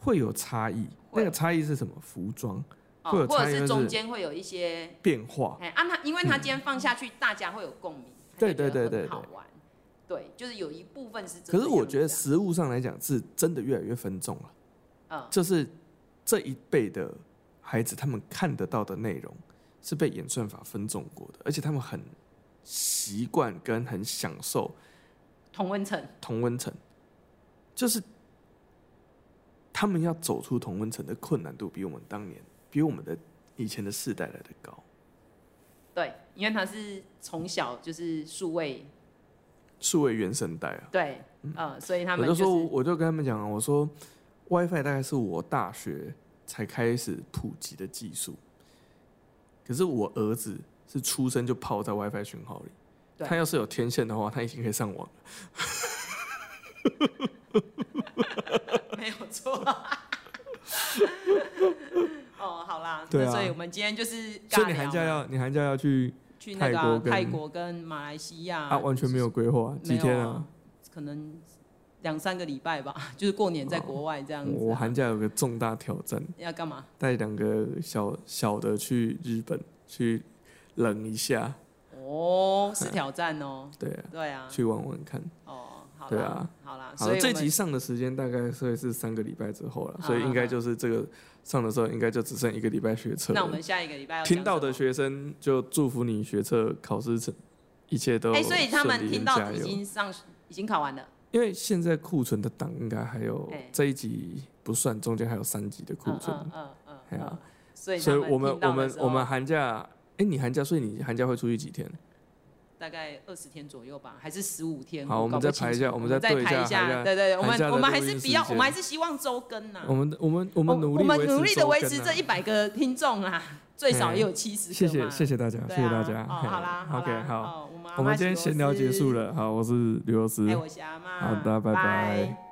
[SPEAKER 2] 会有差异。
[SPEAKER 1] 会
[SPEAKER 2] 那个差异是什么？服装
[SPEAKER 1] 哦
[SPEAKER 2] 会有
[SPEAKER 1] 或
[SPEAKER 2] 差
[SPEAKER 1] 者
[SPEAKER 2] 异
[SPEAKER 1] 是
[SPEAKER 2] 就是
[SPEAKER 1] 中间会有一些
[SPEAKER 2] 变化，
[SPEAKER 1] 哎，啊，那因为他今天放下去，大家会有共鸣，
[SPEAKER 2] 哦嗯对
[SPEAKER 1] 他就觉得
[SPEAKER 2] 对对
[SPEAKER 1] 很
[SPEAKER 2] 对
[SPEAKER 1] 好玩，对，就是有一部分是这
[SPEAKER 2] 可
[SPEAKER 1] 个样子啊。
[SPEAKER 2] 是我觉得实物上来讲，是真的越来越分众了。
[SPEAKER 1] 嗯，
[SPEAKER 2] 就是这一辈的孩子，他们看得到的内容是被演算法分众过的，而且他们很习惯跟很享受
[SPEAKER 1] 同温层，
[SPEAKER 2] 同温层，就是他们要走出同温层的困难度比我们当年、比我们的以前的世代来的高。
[SPEAKER 1] 对，因为他是从小就是数位，
[SPEAKER 2] 数位原生代啊，
[SPEAKER 1] 对，呃，所以他
[SPEAKER 2] 嗯我
[SPEAKER 1] 们
[SPEAKER 2] 就说，
[SPEAKER 1] 是
[SPEAKER 2] 我就跟他们讲啊，我说 WiFi 大概是我大学才开始普及的技术，可是我儿子是出生就泡在 WiFi 讯号里，
[SPEAKER 1] 对
[SPEAKER 2] 他要是有天线的话，他已经可以上网了。
[SPEAKER 1] 没有错。哦，好啦，
[SPEAKER 2] 对啊
[SPEAKER 1] 那所以我们今天就是尬
[SPEAKER 2] 所以你
[SPEAKER 1] 聊
[SPEAKER 2] 寒假
[SPEAKER 1] 嘛
[SPEAKER 2] 要你寒假要去
[SPEAKER 1] 去那个啊、
[SPEAKER 2] 泰国跟
[SPEAKER 1] 泰国跟马来西亚
[SPEAKER 2] 啊？完全没有规划，
[SPEAKER 1] 没
[SPEAKER 2] 几
[SPEAKER 1] 有
[SPEAKER 2] 天
[SPEAKER 1] 啊？可能两三个礼拜吧， 就是过年在国外这样子
[SPEAKER 2] 哦我
[SPEAKER 1] 啊、
[SPEAKER 2] 寒假有个重大挑战，
[SPEAKER 1] 要干嘛？
[SPEAKER 2] 带两个小小的去日本去冷一下，
[SPEAKER 1] 哦，是挑战哦。
[SPEAKER 2] 对啊，
[SPEAKER 1] 对啊，
[SPEAKER 2] 去玩玩看。
[SPEAKER 1] 哦，好啦，
[SPEAKER 2] 对啊，
[SPEAKER 1] 好啦，
[SPEAKER 2] 好
[SPEAKER 1] 所以，我
[SPEAKER 2] 这
[SPEAKER 1] 们
[SPEAKER 2] 集上的时间大概会是三个礼拜之后了，所以
[SPEAKER 1] 啊
[SPEAKER 2] 应
[SPEAKER 1] 啊
[SPEAKER 2] 该
[SPEAKER 1] 啊
[SPEAKER 2] 就是这个上的时候，应该就只剩一个礼拜学测了。
[SPEAKER 1] 那我们下一个礼拜要
[SPEAKER 2] 听到的
[SPEAKER 1] 讲什么。
[SPEAKER 2] 学生就祝福你学测考试成一切都
[SPEAKER 1] 哎、所以他们
[SPEAKER 2] 顺利
[SPEAKER 1] 听到
[SPEAKER 2] 加
[SPEAKER 1] 已
[SPEAKER 2] 油
[SPEAKER 1] 经上，已经考完了。
[SPEAKER 2] 因为现在库存的档应该还有
[SPEAKER 1] 哎
[SPEAKER 2] 这一集不算，中间还有三集的库
[SPEAKER 1] 嗯
[SPEAKER 2] 存，
[SPEAKER 1] 嗯嗯嗯
[SPEAKER 2] 哎呀
[SPEAKER 1] 嗯。所以他
[SPEAKER 2] 所以我们
[SPEAKER 1] 听到的
[SPEAKER 2] 我们
[SPEAKER 1] 时候
[SPEAKER 2] 我们寒假，哎、你寒假，所以你寒假会出去几天？
[SPEAKER 1] 大概二十天左右吧，还是十五天？
[SPEAKER 2] 好
[SPEAKER 1] 我
[SPEAKER 2] 我们
[SPEAKER 1] 搞不
[SPEAKER 2] 再
[SPEAKER 1] 清
[SPEAKER 2] 排一下
[SPEAKER 1] 楚
[SPEAKER 2] 我
[SPEAKER 1] 我
[SPEAKER 2] 们
[SPEAKER 1] 们
[SPEAKER 2] 再
[SPEAKER 1] 再
[SPEAKER 2] 对一
[SPEAKER 1] 排
[SPEAKER 2] 下
[SPEAKER 1] 一下
[SPEAKER 2] 寒。假
[SPEAKER 1] 对对对，我
[SPEAKER 2] 寒假
[SPEAKER 1] 们
[SPEAKER 2] 的
[SPEAKER 1] 我们还
[SPEAKER 2] 录
[SPEAKER 1] 是
[SPEAKER 2] 音
[SPEAKER 1] 比较，
[SPEAKER 2] 时
[SPEAKER 1] 我
[SPEAKER 2] 间
[SPEAKER 1] 们还是希望周更呐、
[SPEAKER 2] 我们我们我
[SPEAKER 1] 我
[SPEAKER 2] 们努
[SPEAKER 1] 嗯
[SPEAKER 2] 力
[SPEAKER 1] 哦我们努力的维
[SPEAKER 2] 持
[SPEAKER 1] 持
[SPEAKER 2] 周
[SPEAKER 1] 这
[SPEAKER 2] 更
[SPEAKER 1] 一
[SPEAKER 2] 啊
[SPEAKER 1] 百个听众 啊，最少也有七十
[SPEAKER 2] 谢谢谢
[SPEAKER 1] 谢，
[SPEAKER 2] 谢大家，谢
[SPEAKER 1] 对啊
[SPEAKER 2] 谢大家。
[SPEAKER 1] 哦，
[SPEAKER 2] 嘿
[SPEAKER 1] 好啦好
[SPEAKER 2] o
[SPEAKER 1] 啦
[SPEAKER 2] k 好，
[SPEAKER 1] 哦我们阿
[SPEAKER 2] 我们
[SPEAKER 1] 妈
[SPEAKER 2] 今天
[SPEAKER 1] 喜罗
[SPEAKER 2] 闲聊
[SPEAKER 1] 斯哎
[SPEAKER 2] 结束。了。好，我是刘老师
[SPEAKER 1] 哎，。我是阿妈。
[SPEAKER 2] 好的拜拜
[SPEAKER 1] 拜